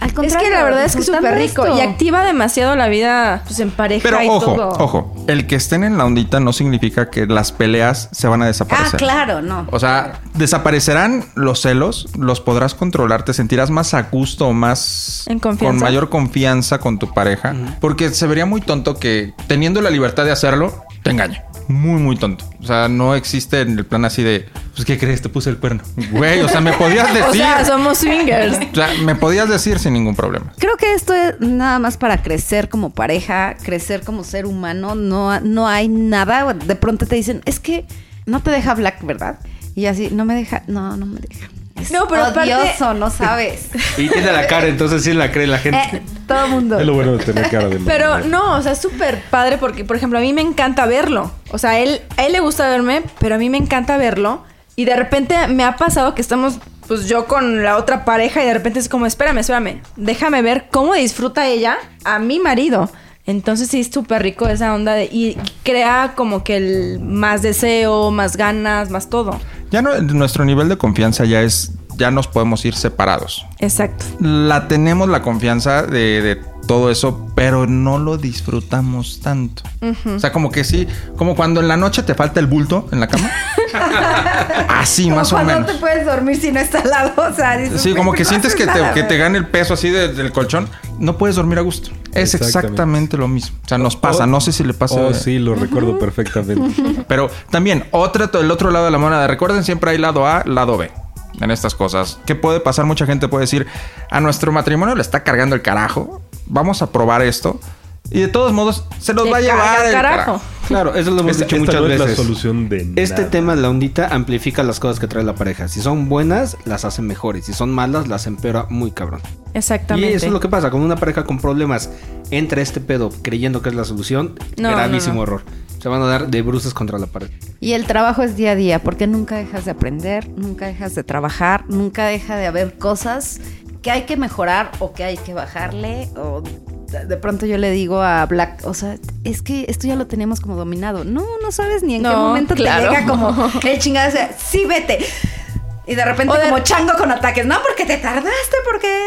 Al Es que la verdad es que es súper rico y activa demasiado la vida pues, en pareja Pero y ojo, todo. ojo, el que estén en la ondita no significa que las peleas se van a Ah, desaparecer. claro, no. O sea, desaparecerán los celos, los podrás controlar, te sentirás más a gusto, más En confianza. con mayor confianza con tu pareja, porque se vería muy tonto que teniendo la libertad de hacerlo, te engañe. Muy, muy tonto. O sea, no existe en el plan así de, pues, ¿qué crees? Te puse el cuerno. Güey, o sea, me podías decir. O sea, somos swingers. O sea, me podías decir sin ningún problema. Creo que esto es nada más para crecer como pareja, crecer como ser humano. No, no hay nada. De pronto te dicen, es que no te deja Black, ¿verdad? Y así, no me deja, no, no me deja. Es No, pero aparte- odioso, no sabes. Y tiene la cara, entonces sí la cree la gente. Eh, todo mundo. Es lo bueno de tener cara de Pero mamá. no, o sea, es súper padre porque, por ejemplo, a mí me encanta verlo. O sea, él, a él le gusta verme, pero a mí me encanta verlo. Y de repente me ha pasado que estamos, pues yo con la otra pareja y de repente es como, espérame, espérame, déjame ver cómo disfruta ella a mi marido. Entonces sí es súper rico esa onda de, y crea como que el más deseo, más ganas, más todo. Ya no, nuestro nivel de confianza ya es, ya nos podemos ir separados. Exacto. la tenemos la confianza de, de todo eso, pero no lo disfrutamos tanto. O sea, como que sí, como cuando en la noche te falta el bulto en la cama. así, Como más o cuando menos. no te puedes dormir si no está al lado. O sea, dices, Sí, como que no sientes que haces te, nada. que te gana el peso así de- del colchón. No puedes dormir a gusto. Es Exactamente. exactamente lo mismo. O sea, nos Oh, pasa. No sé si le pasa. Oh, sí, lo recuerdo perfectamente. Pero también, otra, el otro lado de la moneda. Recuerden, siempre hay lado A, lado B en estas cosas. ¿Qué puede pasar? Mucha gente puede decir, a nuestro matrimonio le está cargando el carajo. Vamos a probar esto. Y de todos modos, se nos Le va a llevar carga el el carajo. carajo. Claro, eso lo hemos Esta- dicho esta muchas no es veces. la solución de Este nada. tema, la ondita, amplifica las cosas que trae la pareja. Si son buenas, las hace mejores. Si son malas, las empeora muy cabrón. Y Exactamente. eso es lo que pasa. Cuando una pareja con problemas entra a este pedo creyendo que es la solución, No, gravísimo no, no. error. Se van a dar de bruces contra la pared. Y el trabajo es día a día, porque nunca dejas de aprender, nunca dejas de trabajar, nunca deja de haber cosas que hay que mejorar o que hay que bajarle. O de de pronto yo le digo a Black, o sea, es que esto ya lo tenemos como dominado. No, no sabes ni en qué No, momento claro. te llega como el chingado, o sea, sí, vete. Y de repente O de- como chango con ataques. No, porque te tardaste, porque...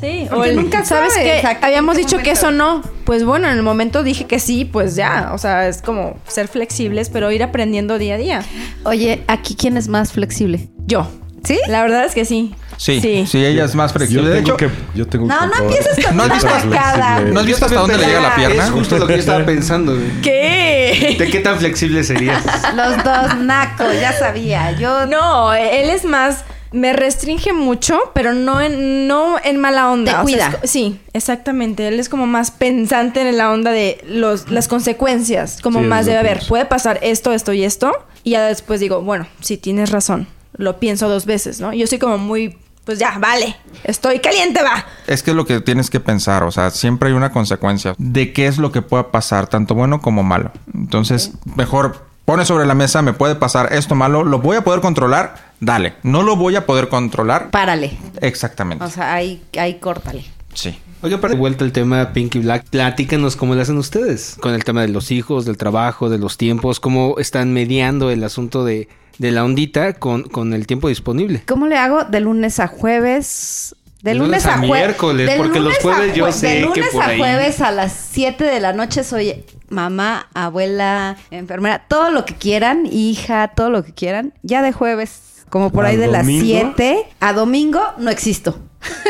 Sí, o Porque el- nunca sabes sabes, que exacto, habíamos en qué dicho que momento. eso no. Pues bueno, en el momento dije que sí, pues ya, o sea, es como ser flexibles, pero ir aprendiendo día a día. Oye, ¿aquí quién es más flexible? Yo. ¿Sí? La verdad es que sí. Sí, sí, ella es más Yo flexible. tengo De hecho, que. Yo tengo No, que no probar. empieces con ¿No has una visto- cascada. ¿no has visto hasta dónde le llega la pierna? Es justo lo que yo estaba pensando. güey. ¿Qué? ¿De qué tan flexible serías? Los dos nacos, ya sabía. Yo No, él es más. Me restringe mucho, pero no en, no en mala onda. Te O sea, cuida. es co- sí, exactamente. Él es como más pensante en la onda de los, las consecuencias. Como Sí, más es lo de, a que ver, es. puede pasar esto, esto y esto. Y ya después digo, bueno, sí, tienes razón. Lo pienso dos veces, ¿no? Yo soy como muy, pues ya, vale. Estoy caliente, va. es que es lo que tienes que pensar. O sea, siempre hay una consecuencia de qué es lo que pueda pasar, tanto bueno como malo. Entonces, mejor pone sobre la mesa, me puede pasar esto malo, lo voy a poder controlar, dale. No lo voy a poder controlar. Párale. Exactamente. O sea, ahí, ahí córtale. sí. Oye, para de vuelta el tema Pinky Black, platícanos cómo le hacen ustedes con el tema de los hijos, del trabajo, de los tiempos, cómo están mediando el asunto de, de la ondita con, con el tiempo disponible. ¿Cómo le hago? De lunes a jueves. De De lunes, lunes a jue- miércoles, de porque los lunes a jueves yo jue- sé De que lunes por a ahí- jueves a las 7 de la noche soy mamá, abuela, enfermera, todo lo que quieran, hija, todo lo que quieran. Ya de jueves, como por ¿A ahí de las domingo? 7 a domingo, no existo.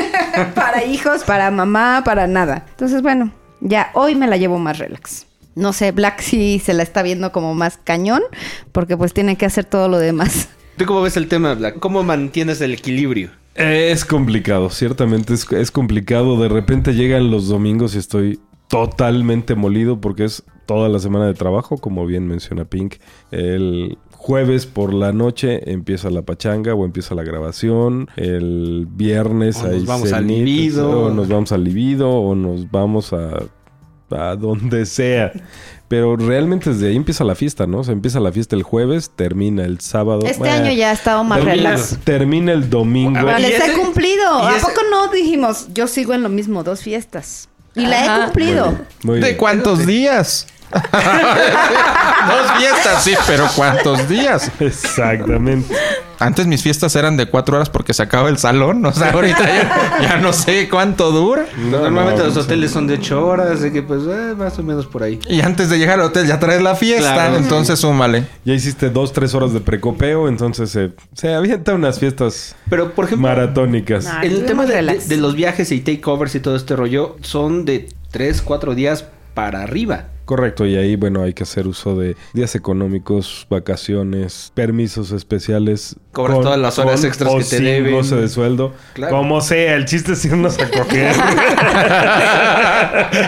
para hijos, para mamá, para nada. Entonces, bueno, ya hoy me la llevo más relax. No sé, Black sí se la está viendo como más cañón, porque pues tiene que hacer todo lo demás. ¿Tú cómo ves el tema, Black? ¿Cómo mantienes el equilibrio? Es complicado, ciertamente es, es complicado. De repente llegan los domingos y estoy totalmente molido porque es toda la semana de trabajo, como bien menciona Pink. El jueves por la noche empieza la pachanga o empieza la grabación. El viernes O nos hay vamos al cenit, libido. O nos vamos al libido o nos vamos a, a donde sea. Pero realmente desde ahí empieza la fiesta, ¿no? O sea, empieza la fiesta el jueves, termina el sábado. Este Bueno, año ya ha estado más termina- relax. Termina el domingo. Pero Y les he ese- cumplido. y ¿A ese- poco no dijimos, yo sigo en lo mismo, dos fiestas? Y la he Ajá. cumplido. Muy bien. ¿De cuántos días? Dos fiestas, sí, pero ¿cuántos días? Exactamente. Antes mis fiestas eran de cuatro horas porque se acaba el salón. O sea, ahorita ya, ya no sé cuánto dura. Normalmente no, los no, hoteles son de 8 horas, así que pues eh, más o menos por ahí. Y antes de llegar al hotel ya traes la fiesta. Claro. Entonces súmale. Ya hiciste dos, tres horas de precopeo, entonces eh, se avienta unas fiestas Pero por ejemplo, maratónicas. Ah, el Ay, tema de, relax. de- de los viajes y takeovers y todo este rollo son de 3, 4 días para arriba. Correcto, y ahí, bueno, hay que hacer uso de días económicos, vacaciones, permisos especiales. Cobras todas las horas extras o que te sin deben. goce de sueldo. Claro. Como sea, el chiste es irnos a coger.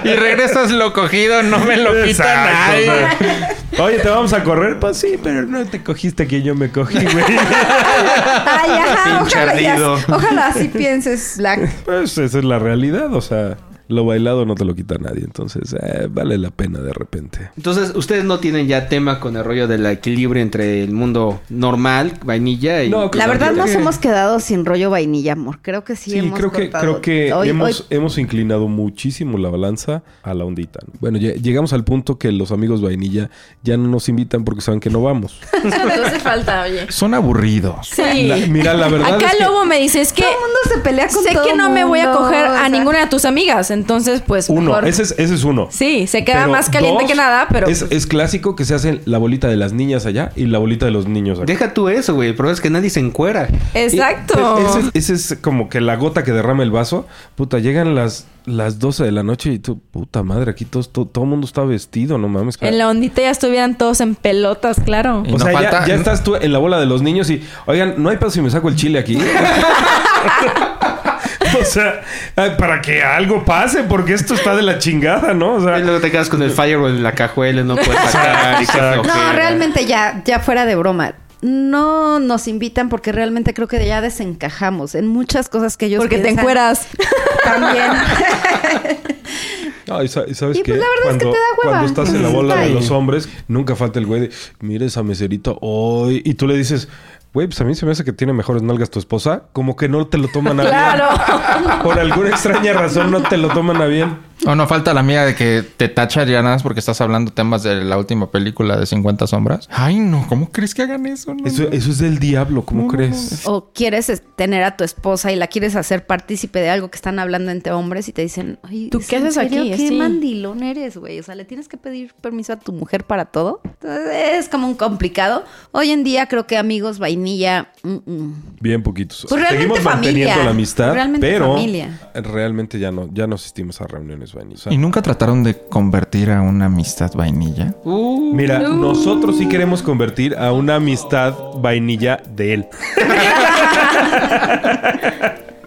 Y regresas lo cogido, no me lo quita Exacto, nadie. o sea, Oye, ¿te vamos a correr? Pues sí, pero no te cogiste que yo me cogí, güey. Ay, ajá, Pinche ojalá, ya- ardido. ojalá así pienses, Black. Pues esa es la realidad, o sea, lo bailado no te lo quita nadie, entonces eh, vale la pena de repente. Entonces, ustedes no tienen ya tema con el rollo del equilibrio entre el mundo normal, vainilla y... No, La verdad nos que- hemos quedado sin rollo vainilla, amor. Creo que sí, Sí, hemos creo que, cortado. creo que Hoy- hemos, hoy- hemos inclinado muchísimo la balanza a la ondita. ¿no? Bueno, ya- llegamos al punto que los amigos vainilla ya no nos invitan porque saben que no vamos. Nos hace falta, oye. Son aburridos. Sí. La- mira, la verdad Acá es que- Lobo me dice, es que todo el mundo se pelea con sé todo que no me voy a mundo, coger o a sea, ninguna de tus amigas, entonces pues Uno, mejor- ese es, ese es uno. Sí, se queda Pero más caliente dos, que nada, pero pues Es, es clásico que se hace la bolita de las niñas allá y la bolita de los niños acá. Deja tú eso, güey. El problema es que nadie se encuera. Exacto. Ese e- es- Ese, es como que la gota que derrama el vaso. Puta, llegan las, las 12 de la noche y tú, puta madre, aquí todos- to- todo, el mundo está vestido, no mames. cara. En la ondita ya estuvieran todos en pelotas, claro. Y O no sea, ya- falta- ya, estás tú en la bola de los niños y, oigan, no hay paso si me saco el chile aquí. o sea, ay, para que algo pase, porque esto está de la chingada, ¿no? O sea, Y luego te quedas con el firewall en la cajuela, no puedes sacar. y qué Exacto. No, flojera. realmente ya, ya fuera de broma. No nos invitan porque realmente creo que ya desencajamos en muchas cosas que ellos Porque te piensan. encueras. También. ay, sa- ¿sabes Y qué? pues la verdad es que te da hueva. cuando estás en la bola de Ay. los hombres, nunca falta el güey de, mira esa meserita hoy. Y tú le dices, güey, pues a mí se me hace que tiene mejores nalgas tu esposa. Como que no te lo toman a bien. Claro. Por alguna extraña razón no te lo toman a bien. O no falta la amiga de que te tacha ya nada más porque estás hablando temas de la última película de 50 sombras. Ay, no, ¿cómo crees que hagan eso? No, Eso, no. eso es del diablo, ¿cómo crees? O quieres es, tener a tu esposa y la quieres hacer partícipe de algo que están hablando entre hombres y te dicen, Ay, ¿Tú ¿es qué en haces serio? aquí? ¿Qué Sí. mandilón eres, güey? O sea, ¿le tienes que pedir permiso a tu mujer para todo? Entonces, es como un complicado. Hoy en día creo que amigos, vainilla... mm, mm. Bien poquitos. Pues realmente Seguimos manteniendo familia. la amistad, Realmente pero familia. realmente ya no, ya no asistimos a reuniones vainilla. O sea, ¿Y nunca trataron de convertir a una amistad vainilla? Uh, Mira, nosotros sí queremos convertir a una amistad vainilla de él.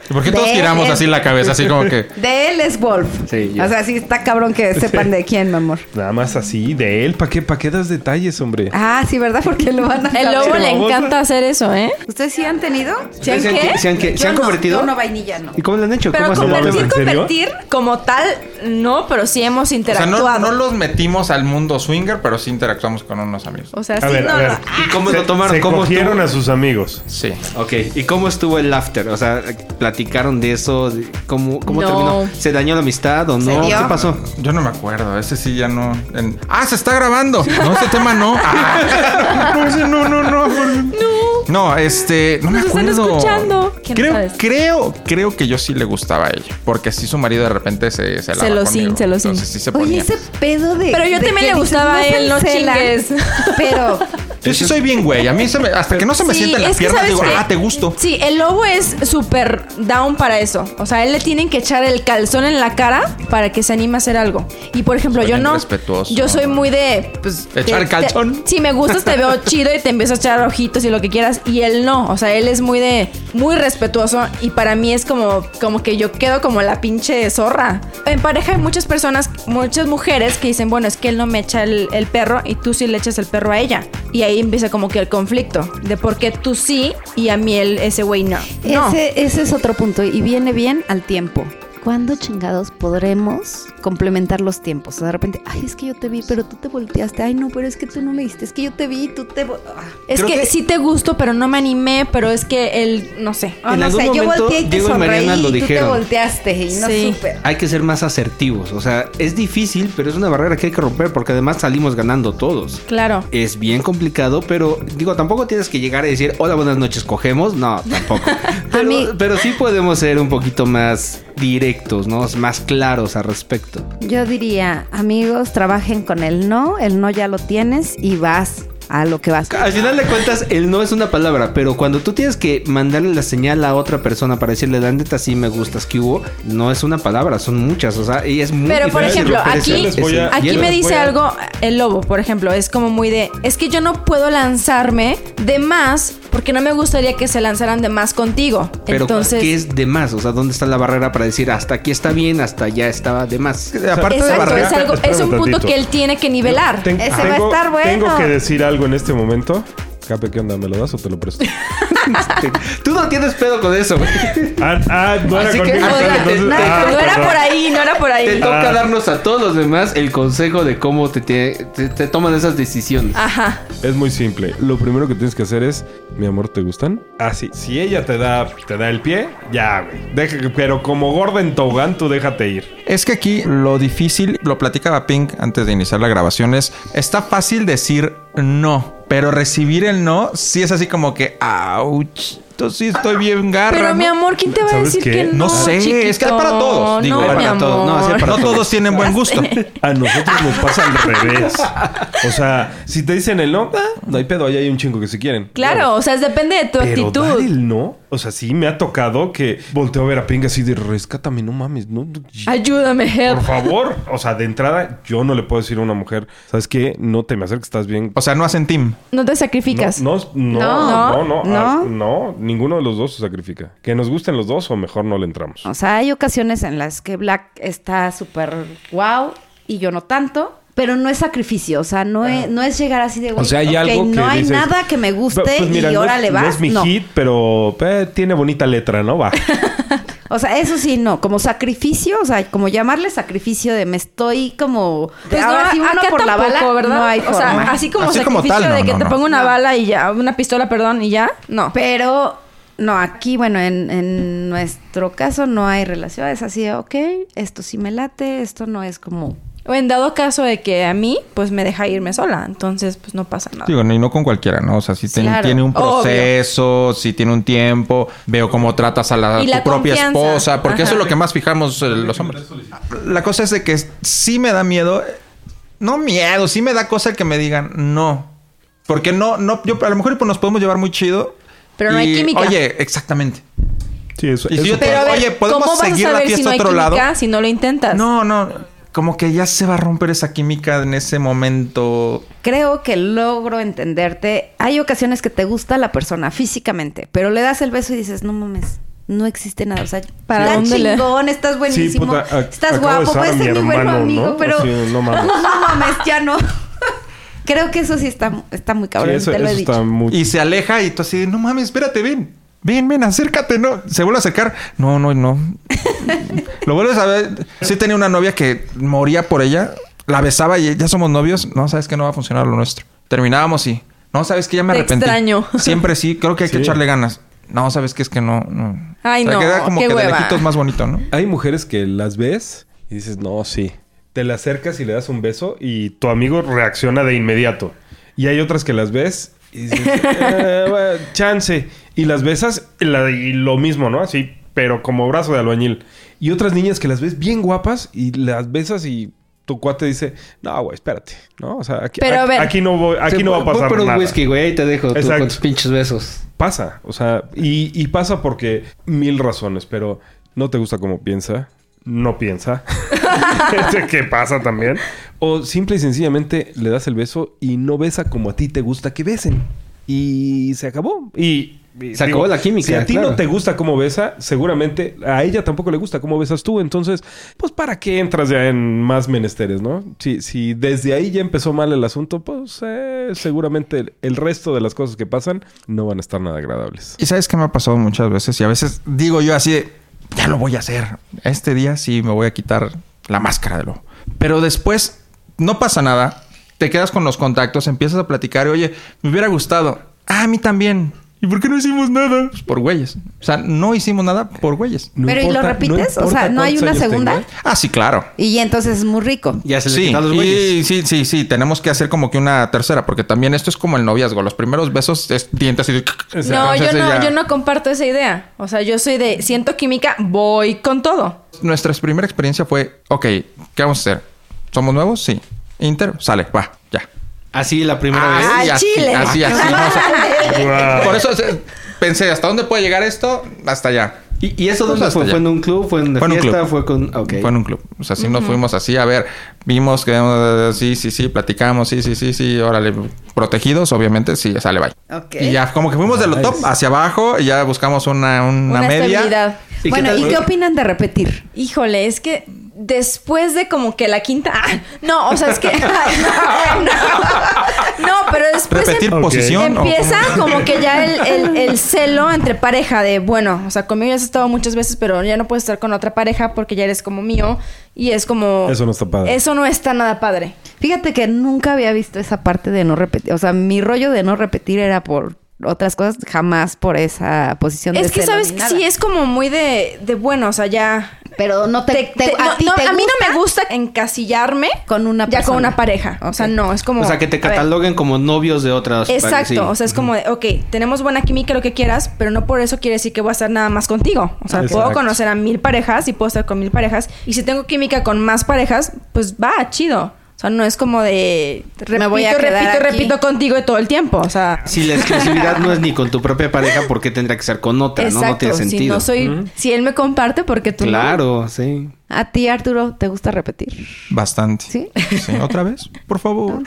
¿Por qué todos Ve, giramos ve. así la cabeza? Así como que... De él es Wolf. Sí, ya. o sea, sí está cabrón que sepan de quién, mi amor. Nada más así, de él. ¿Para qué, pa' qué das detalles, hombre? Ah, sí, ¿verdad? Porque lo van a El saber. lobo le babosa. encanta hacer eso, ¿eh? ¿Ustedes sí han tenido? ¿Se han ¿Se han qué? que- se han que- se Yo han no, convertido? Yo no vainilla, no. ¿Y cómo lo han hecho? Pero ¿Cómo ha sido? convertido- convertir, ¿En serio? convertir como tal, no, pero sí hemos O sea, interactuado. no, no los metimos al mundo swinger, pero sí interactuamos con unos amigos. O sea, A sí, ver, no, a ver. no. ¿Y cómo se, lo tomaron? se ¿Cómo cogieron estuvo? a sus amigos. Sí. Ok, ¿y cómo estuvo el after? O sea, ¿platicaron de eso? ¿De ¿Cómo, cómo No. terminó? ¿Se dañó la amistad o no? dio? ¿Qué pasó? Yo no me acuerdo, ese sí ya no. en- Ah, se está grabando. No, ese tema no. Ah. no, ese no, no, no. No, este, no me Nos están acuerdo. escuchando. ¿Quién Creo, sabes? creo, creo que yo sí le gustaba a ella, porque sí su marido de repente se se lava Celosín, conmigo. celosín. Entonces sí se Oye, ponía. ese pedo de. Pero yo de también que le dices, gustaba a él, no cancelan, chingues. Pero Yo sí soy bien güey, a mí se me- hasta que no se me Sí, sienten es las que piernas ¿sabes digo, qué? "Ah, te gusto." Sí, el lobo es súper down para eso. O sea, a él le tienen que echar el calzón en la cara para que se anime a hacer algo. Y por ejemplo, Suena yo no. irrespetuoso. Yo soy muy de. Pues, Echar te- calzón. te- si me gustas, te veo chido y te empiezo a echar ojitos y lo que quieras. Y él no. O sea, él es muy de. Muy respetuoso. Y para mí es como, como que yo quedo como la pinche zorra. En pareja hay muchas personas, muchas mujeres que dicen, bueno, es que él no me echa el, el perro y tú sí le echas el perro a ella. Y ahí empieza como que el conflicto de por qué tú sí y a mí el, ese güey no. No. ese, ese es otro punto. Y viene bien al tiempo. ¿cuándo chingados podremos complementar los tiempos? O sea, de repente, ay, es que yo te vi, pero tú te volteaste. Ay, no, pero es que tú no me viste. Es que yo te vi, tú te... vo- ah". Es Creo que, que- sí te gusto, pero no me animé, pero es que él, no sé. Ah, En no algún sé, yo momento, volteé y te Diego y sonreí Mariana y lo tú dijeron. te volteaste y no Sí. supe. Hay que ser más asertivos. O sea, es difícil, pero es una barrera que hay que romper porque además salimos ganando todos. Claro. Es bien complicado, pero digo, tampoco tienes que llegar a decir, hola, buenas noches, cogemos. No, tampoco. Pero, mí- pero sí podemos ser un poquito más directos, ¿no? Más claros al respecto. Yo diría, amigos, trabajen con el no, el no ya lo tienes y vas a lo que vas. Al final de cuentas, el no es una palabra, pero cuando tú tienes que mandarle la señal a otra persona para decirle, la neta, sí me gustas, que hubo, no es una palabra, son muchas, o sea, y es muy Pero, por difícil ejemplo, romper ese- aquí- ese Voy a- hielo. Aquí me Voy dice a- algo el lobo, por ejemplo, es como muy de, es que yo no puedo lanzarme de más porque no me gustaría que se lanzaran de más contigo. Pero, Entonces, ¿qué es de más? O sea, ¿dónde está la barrera para decir hasta aquí está bien, hasta ya estaba de más? Aparte de exacto, barrera, es, algo- es espérame un punto tantito. que él tiene que nivelar. Ten- Ese va a estar bueno. Tengo que decir algo en este momento. Cape, ¿qué onda? ¿Me lo das o te lo presto? Este, Tú no tienes pedo con eso, güey. ah, ah, no era Así conmigo. que- No, entonces- no, entonces- no, ah, no era perdón. por ahí, no era por Te ahí. toca Ah. darnos a todos los demás el consejo de cómo te, tie- te- te toman esas decisiones. Ajá. Es muy simple. Lo primero que tienes que hacer es, mi amor, ¿te gustan? Ah, sí. Si ella te da, te da el pie, ya, güey. Deja que- pero como gorda en tobogán, tú déjate ir. Es que aquí lo difícil, lo platicaba Pink antes de iniciar la grabación, es está fácil decir no, pero recibir el no sí es así como que, ouch, entonces sí estoy bien garra. Pero mi ¿no?". amor, ¿quién te va a ¿Sabes decir qué? que no? No sé, es que hay para todos, digo, no, hay mi para amor. todos, no, así hay para No todos tienen buen gusto. A nosotros nos pasa al revés. O sea, si te dicen el no, ah, no hay pedo, ahí hay un chingo que se quieren. Claro, o sea, es depende de tu Pero dar actitud. el no, o sea, sí me ha tocado que volteo a ver a Pink así de rescátame, no mames, no. Ayúdame, help. Por favor, o sea, de entrada, yo no le puedo decir a una mujer, ¿sabes qué? No te me acerques, estás bien. O sea, no hacen team. No te sacrificas. No, no, No. no, no, no, No. ah, no, ninguno de los dos se sacrifica. Que nos gusten los dos o mejor no le entramos. O sea, hay ocasiones en las que Black está súper wow y yo no tanto. Pero no es sacrificio, o sea, no es, no es llegar así de... Ah. O sea, hay "Ok, algo que No hay dices, nada que me guste pues mira, y no es- ahora le vas. No es mi no. hit, pero eh, tiene bonita letra, ¿no? Va. O sea, eso sí, no, como sacrificio, o sea, como llamarle sacrificio de me estoy como... Pues no, ahora sí uno acá por la tampoco, bala, ¿verdad? no hay O forma. sea, así como Así como sacrificio tal, no, de que no, te no. pongo una bala y ya, una pistola, perdón, y ya, no. Pero no, aquí, bueno, en, en nuestro caso no hay relación. Es así, de, ok, esto sí me late, esto no es como. O en dado caso de que a mí, pues me deja irme sola, entonces pues no pasa nada. Digo, y no con cualquiera, ¿no? O sea, si ten- Claro. tiene un Obvio. proceso, si tiene un tiempo, veo cómo tratas a la, Y tu la propia confianza. esposa, porque Ajá. eso es lo que más fijamos eh, los hombres. La cosa es de que sí me da miedo, eh, no miedo, sí me da cosa que me digan no. Porque no, no, yo a lo mejor pues, nos podemos llevar muy chido. Pero no hay y, química. Oye, exactamente. Sí, eso, Y si eso yo te- pasa. a oye, ¿podemos ¿cómo vas seguir a la saber fiesta si no hay a otro lado? química si no lo intentas? No, no, como que ya se va a romper esa química en ese momento. Creo que logro entenderte. Hay ocasiones que te gusta la persona físicamente, pero le das el beso y dices, no mames. No existe nada, o sea, ¿Para estás dónde le- chingón, estás buenísimo, puta, ac- estás acabo de guapo, besar a puedes mi ser mi buen hermano, amigo, ¿no? pero Sí, no mames. No mames, ya no. Creo que eso sí está, está muy Sí, cabrón, eso, te lo he eso dicho. está muy... Y se aleja y tú así, de, no mames, espérate, ven. Ven, ven, acércate, no. Se vuelve a acercar. No, no, no. Lo vuelves a ver. Sí tenía una novia que moría por ella. La besaba y ya somos novios. No, sabes que no va a funcionar lo nuestro. Terminábamos y... No, sabes que ya me Te arrepentí. extraño. Siempre sí. Creo que hay que Sí. echarle ganas. No, sabes que es que no... no. Ay, no, que era como qué que de hueva. lejitos más bonito, ¿no? Hay mujeres que las ves y dices, no, sí. Te la acercas y le das un beso y tu amigo reacciona de inmediato. Y hay otras que las ves y dices, "Eh, bueno, chance. Y las besas y, la- y lo mismo, ¿no? Así, pero como brazo de albañil. Y otras niñas que las ves bien guapas y las besas y tu cuate dice, no, güey, espérate. ¿No? O sea, aquí, Pero a aquí- ver. aquí no, voy- aquí Se no va a fue- fue pasar por un nada. whisky, güey, ahí te dejo tú Exacto. con tus pinches besos. pasa. O sea, y, y pasa porque mil razones, pero no te gusta cómo piensa, no piensa, este, que pasa también. O simple y sencillamente le das el beso y no besa como a ti te gusta que besen. Y se acabó. Y. y Se acabó la química, Si a ti claro. no te gusta cómo besa, seguramente a ella tampoco le gusta cómo besas tú. Entonces, pues, ¿para qué entras ya en más menesteres, no? Si, si desde ahí ya empezó mal el asunto, pues eh, seguramente el, el resto de las cosas que pasan no van a estar nada agradables. Y sabes que me ha pasado muchas veces y a veces digo yo así de, ya lo voy a hacer. Este día sí me voy a quitar la máscara de lobo. Pero después no pasa nada. Te quedas con los contactos, empiezas a platicar y oye, me hubiera gustado. Ah, a mí también. ¿Y por qué no hicimos nada? Pues por güeyes. O sea, no hicimos nada por güeyes. No Pero, ¿y lo importa- repites? O importa sea, ¿no hay cuántos una años segunda? tenga. Ah, sí, claro. Y entonces es muy rico. Ya se le Sí, quitan los güeyes. y, sí, sí, sí, tenemos que hacer como que una tercera, porque también esto es como el noviazgo. Los primeros besos es dientes y... no, yo pues, Entonces no, ya- yo no comparto esa idea. O sea, yo soy de siento química, voy con todo. Nuestra primera experiencia fue, ok, ¿qué vamos a hacer? ¿Somos nuevos? Sí. Inter, sale, va, ya. Así la primera vez. Ah, Así, al así, chile. Así, así. no, o sea, por eso se- pensé, ¿hasta dónde puede llegar esto? Hasta allá. ¿Y, y eso Pues dónde hasta fue? allá. ¿Fue en un club? ¿Fue en una Fue en un fiesta? club. ¿Fue con...? Ok. Fue en un club. O sea, sí nos fuimos así, a ver, vimos que eh, sí, sí, sí, platicamos, sí, sí, sí, sí, órale, protegidos, obviamente, sí, sale, bye. Ok. Y ya como que fuimos de lo top hacia abajo y ya buscamos una, una, Una media. estabilidad. ¿Y qué bueno, tal ¿y fue? qué opinan de repetir? Híjole, es que después de como que la quinta. Ah, no, o sea, es que. no, no, pero después. Repetir em- posición. o Empieza cómo? como que ya el, el- el celo entre pareja de, bueno, o sea, conmigo ya has estado muchas veces, pero ya no puedes estar con otra pareja porque ya eres como mío y es como... Eso no está padre. Eso no está nada padre. Fíjate que nunca había visto esa parte de no repetir. O sea, mi rollo de no repetir era por otras cosas, jamás por esa posición de Es que, celo ¿sabes? ni que nada. Sí, es como muy de, de bueno, o sea, ya... Pero no te... te- te- a no, ti no, te a mí gusta? no me gusta encasillarme Con una ya con persona. una pareja. O sea, Ok. no, es como... O sea, que te a ver, cataloguen como novios de otras... Exacto, sí. o sea, es como de, ok, tenemos buena química, lo que quieras, pero no por eso quiere decir que voy a estar nada más contigo. O sea, puedo Exacto. conocer a mil parejas y puedo estar con mil parejas. Y si tengo química con más parejas, pues va, chido. O sea, no es como de, repito, voy a quedar repito, aquí. repito contigo todo el tiempo. O sea, Si la exclusividad no es ni con tu propia pareja, ¿por qué tendría que ser con otra? no, no tiene sentido. si no soy, si él me comparte, porque tú no? Claro, sí. A ti, Arturo, ¿te gusta repetir? Bastante. ¿Sí? Sí, otra vez, por favor.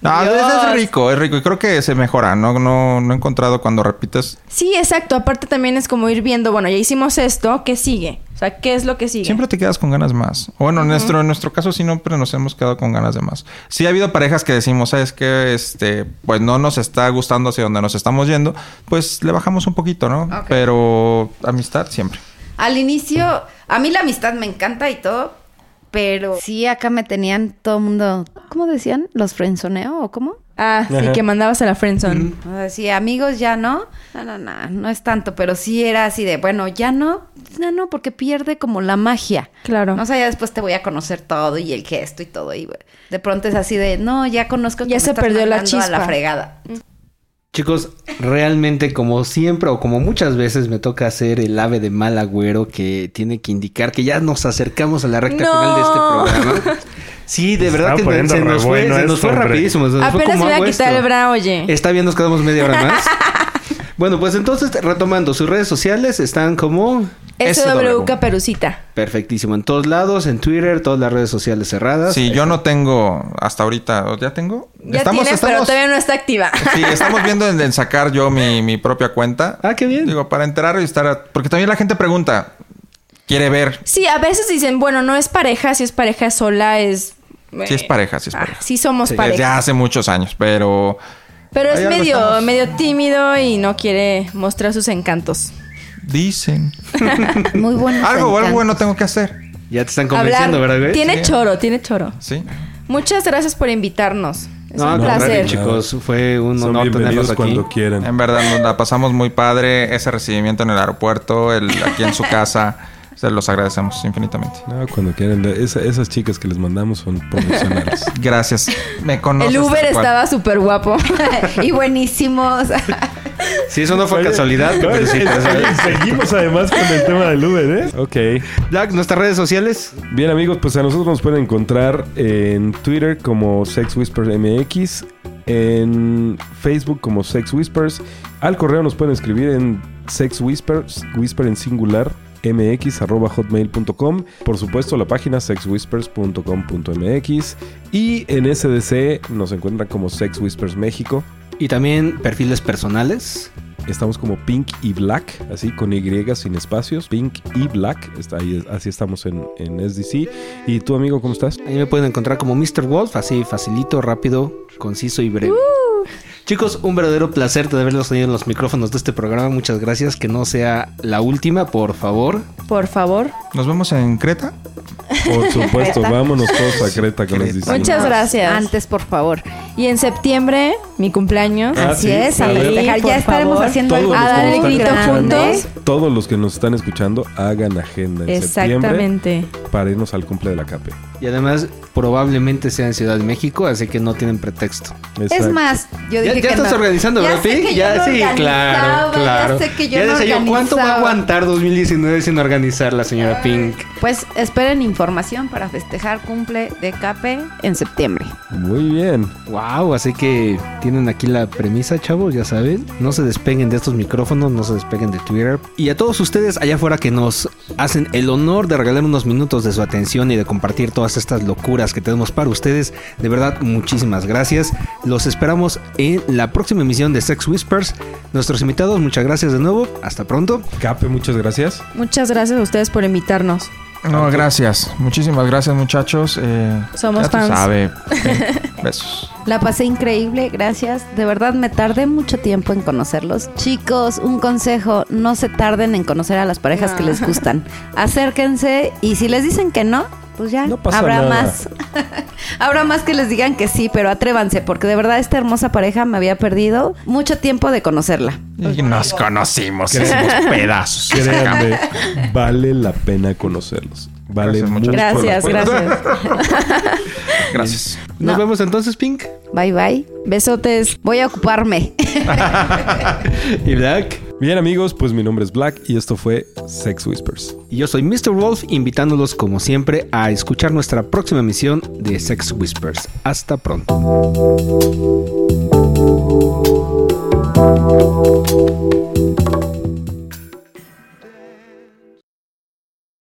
No, es, es rico, es rico. Y creo que se mejora. No, no, no he encontrado cuando repites. Sí, exacto. Aparte también es como ir viendo, bueno, ya hicimos esto, ¿qué sigue? O sea, ¿qué es lo que sigue? Siempre te quedas con ganas más. O Bueno, en, nuestro, en nuestro caso sí, no, pero nos hemos quedado con ganas de más. Sí ha habido parejas que decimos, ¿sabes qué? Este, pues no nos está gustando hacia donde nos estamos yendo. Pues le bajamos un poquito, ¿no? Ok. Pero amistad siempre. Al inicio, a mí la amistad me encanta y todo, pero sí acá me tenían todo el mundo, ¿cómo decían? ¿Los frenzoneo o cómo? Ah, sí, Ajá. que mandabas a la friendzone. O sea, sí, amigos ya no. No, no, no, no es tanto, pero sí era así de, bueno, ya no, no, no, porque pierde como la magia. Claro. No, o sea, ya después te voy a conocer todo y el gesto y todo. Y bueno, de pronto es así de, no, ya conozco que Ya me se estás perdió la mandando A la chispa. fregada. Chicos, realmente como siempre o como muchas veces me toca hacer el ave de mal agüero que tiene que indicar que ya nos acercamos a la recta No. final de este programa. Sí, de Se estaba verdad que se poniendo re nos fue, bueno se nos esto, fue hombre. rapidísimo. se nos fue Apenas como me voy agua a quitar esto. el bra, oye. Está bien, nos quedamos media hora más. bueno, pues entonces retomando, sus redes sociales están como SW Caperucita. perfectísimo en todos lados, en Twitter, todas las redes sociales cerradas. Sí, yo no tengo hasta ahorita. ¿o ¿Ya tengo? Ya tiene, pero todavía no está activa. Sí, estamos viendo en, en sacar yo mi, mi propia cuenta. Ah, qué bien. Digo, para enterar y estar... a- Porque también la gente pregunta, quiere ver. Sí, a veces dicen, bueno, no es pareja, si es pareja es sola, es... Sí es pareja, sí es Ah, pareja. sí somos Sí, pareja. Desde hace muchos años, pero... Pero es Ahí algo medio, estamos. medio tímido y no quiere mostrar sus encantos. Dicen. Muy bueno. Algo, algo bueno tengo que hacer. Ya te están convenciendo, ¿verdad, güey? Sí. Tiene choro, tiene choro. Sí. Muchas gracias por invitarnos. Es No, un al placer. contrario, chicos, fue un Son honor tenerlos bienvenidos aquí. Em. cuando quieran. En verdad, nos la pasamos muy padre. Ese recibimiento en el aeropuerto, el, aquí en su casa. Se los agradecemos infinitamente. No, cuando quieran. Esa- esas chicas que les mandamos son profesionales. Gracias. Me conoces. El Uber tal cual. estaba súper guapo. y buenísimos. Sí, eso no fue Oye, casualidad, ¿eh? no, pero es- sí, es- pero sí. Seguimos además con el tema del Uber, ¿eh? ok. Black, nuestras redes sociales. Bien amigos, pues a nosotros nos pueden encontrar en Twitter como Sex Whispers MX, en Facebook como Sex Whispers, al correo nos pueden escribir en Sex Whispers, whisper en singular mx arroba hotmail.com por supuesto la página sexwhispers.com.mx y en SDC nos encuentran como Sex Whispers México Y también perfiles personales. Estamos como Pink y Black, así con Y sin espacios. Pink y Black, está ahí, así estamos en, en SDC. ¿Y tú, amigo, cómo estás? Uh. Ahí me pueden encontrar como Mr. Wolf, así facilito, rápido, conciso y breve. Chicos, un verdadero placer de haberlos tenido en los micrófonos de este programa. Muchas gracias. Que no sea la última, por favor. Por favor. Nos vemos en Creta. Por supuesto, Creta. vámonos todos a Creta con los Creta. diseños. Muchas gracias. Antes, por favor. Y en septiembre, mi cumpleaños. Ah, Así sí, es, a a ver. festejar. Por Ya estaremos favor. haciendo algo Todos los a que dar nos el están muy grito grande. juntos. Todos los que nos están escuchando, hagan agenda en septiembre Exactamente. para irnos al cumple de la CAPE. Y además, probablemente sea en Ciudad de México, así que no tienen pretexto. Es Exacto. más, yo Ya- dije ya que estás no. organizando, Ya ¿verdad, sé Pi? que Ya, yo no sí, claro, organizaba, claro. Ya sé que yo Ya no decía yo, ¿cuánto va a organizaba? aguantar 2019 sin organizar la señora Pink? Pues esperen información para festejar cumple de Cape en septiembre. Muy bien. Wow, así que tienen aquí la premisa, chavos, ya saben. No se despeguen de estos micrófonos, no se despeguen de Twitter. Y a todos ustedes allá afuera que nos hacen el honor de regalar unos minutos de su atención y de compartir todas estas locuras que tenemos para ustedes, de verdad, muchísimas gracias. Los esperamos en la próxima emisión de Sex Whispers. Nuestros invitados, muchas gracias de nuevo. Hasta pronto. CAPE, muchas gracias. Muchas gracias a ustedes por invitarnos. No, gracias. Muchísimas gracias, muchachos. Eh, Somos ya tú fans. sabe. Besos. La pasé increíble, gracias. De verdad me tardé mucho tiempo en conocerlos. Chicos, un consejo, no se tarden en conocer a las parejas No. que les gustan. Acérquense y si les dicen que no, pues ya No pasa habrá nada. más. habrá más que les digan que sí, pero atrévanse porque de verdad esta hermosa pareja me había perdido mucho tiempo de conocerla. Y nos conocimos, Creo- hicimos pedazos. Créanme, vale la pena conocerlos. Vale Gracias, mucho. muchachos. Gracias, gracias. Gracias. Nos No. vemos entonces, Pink. Bye bye. Besotes. Voy a ocuparme. y Black. Bien, amigos, pues mi nombre es Black y esto fue Sex Whispers. Y yo soy Mr. Wolf, invitándolos como siempre a escuchar nuestra próxima emisión de Sex Whispers. Hasta pronto.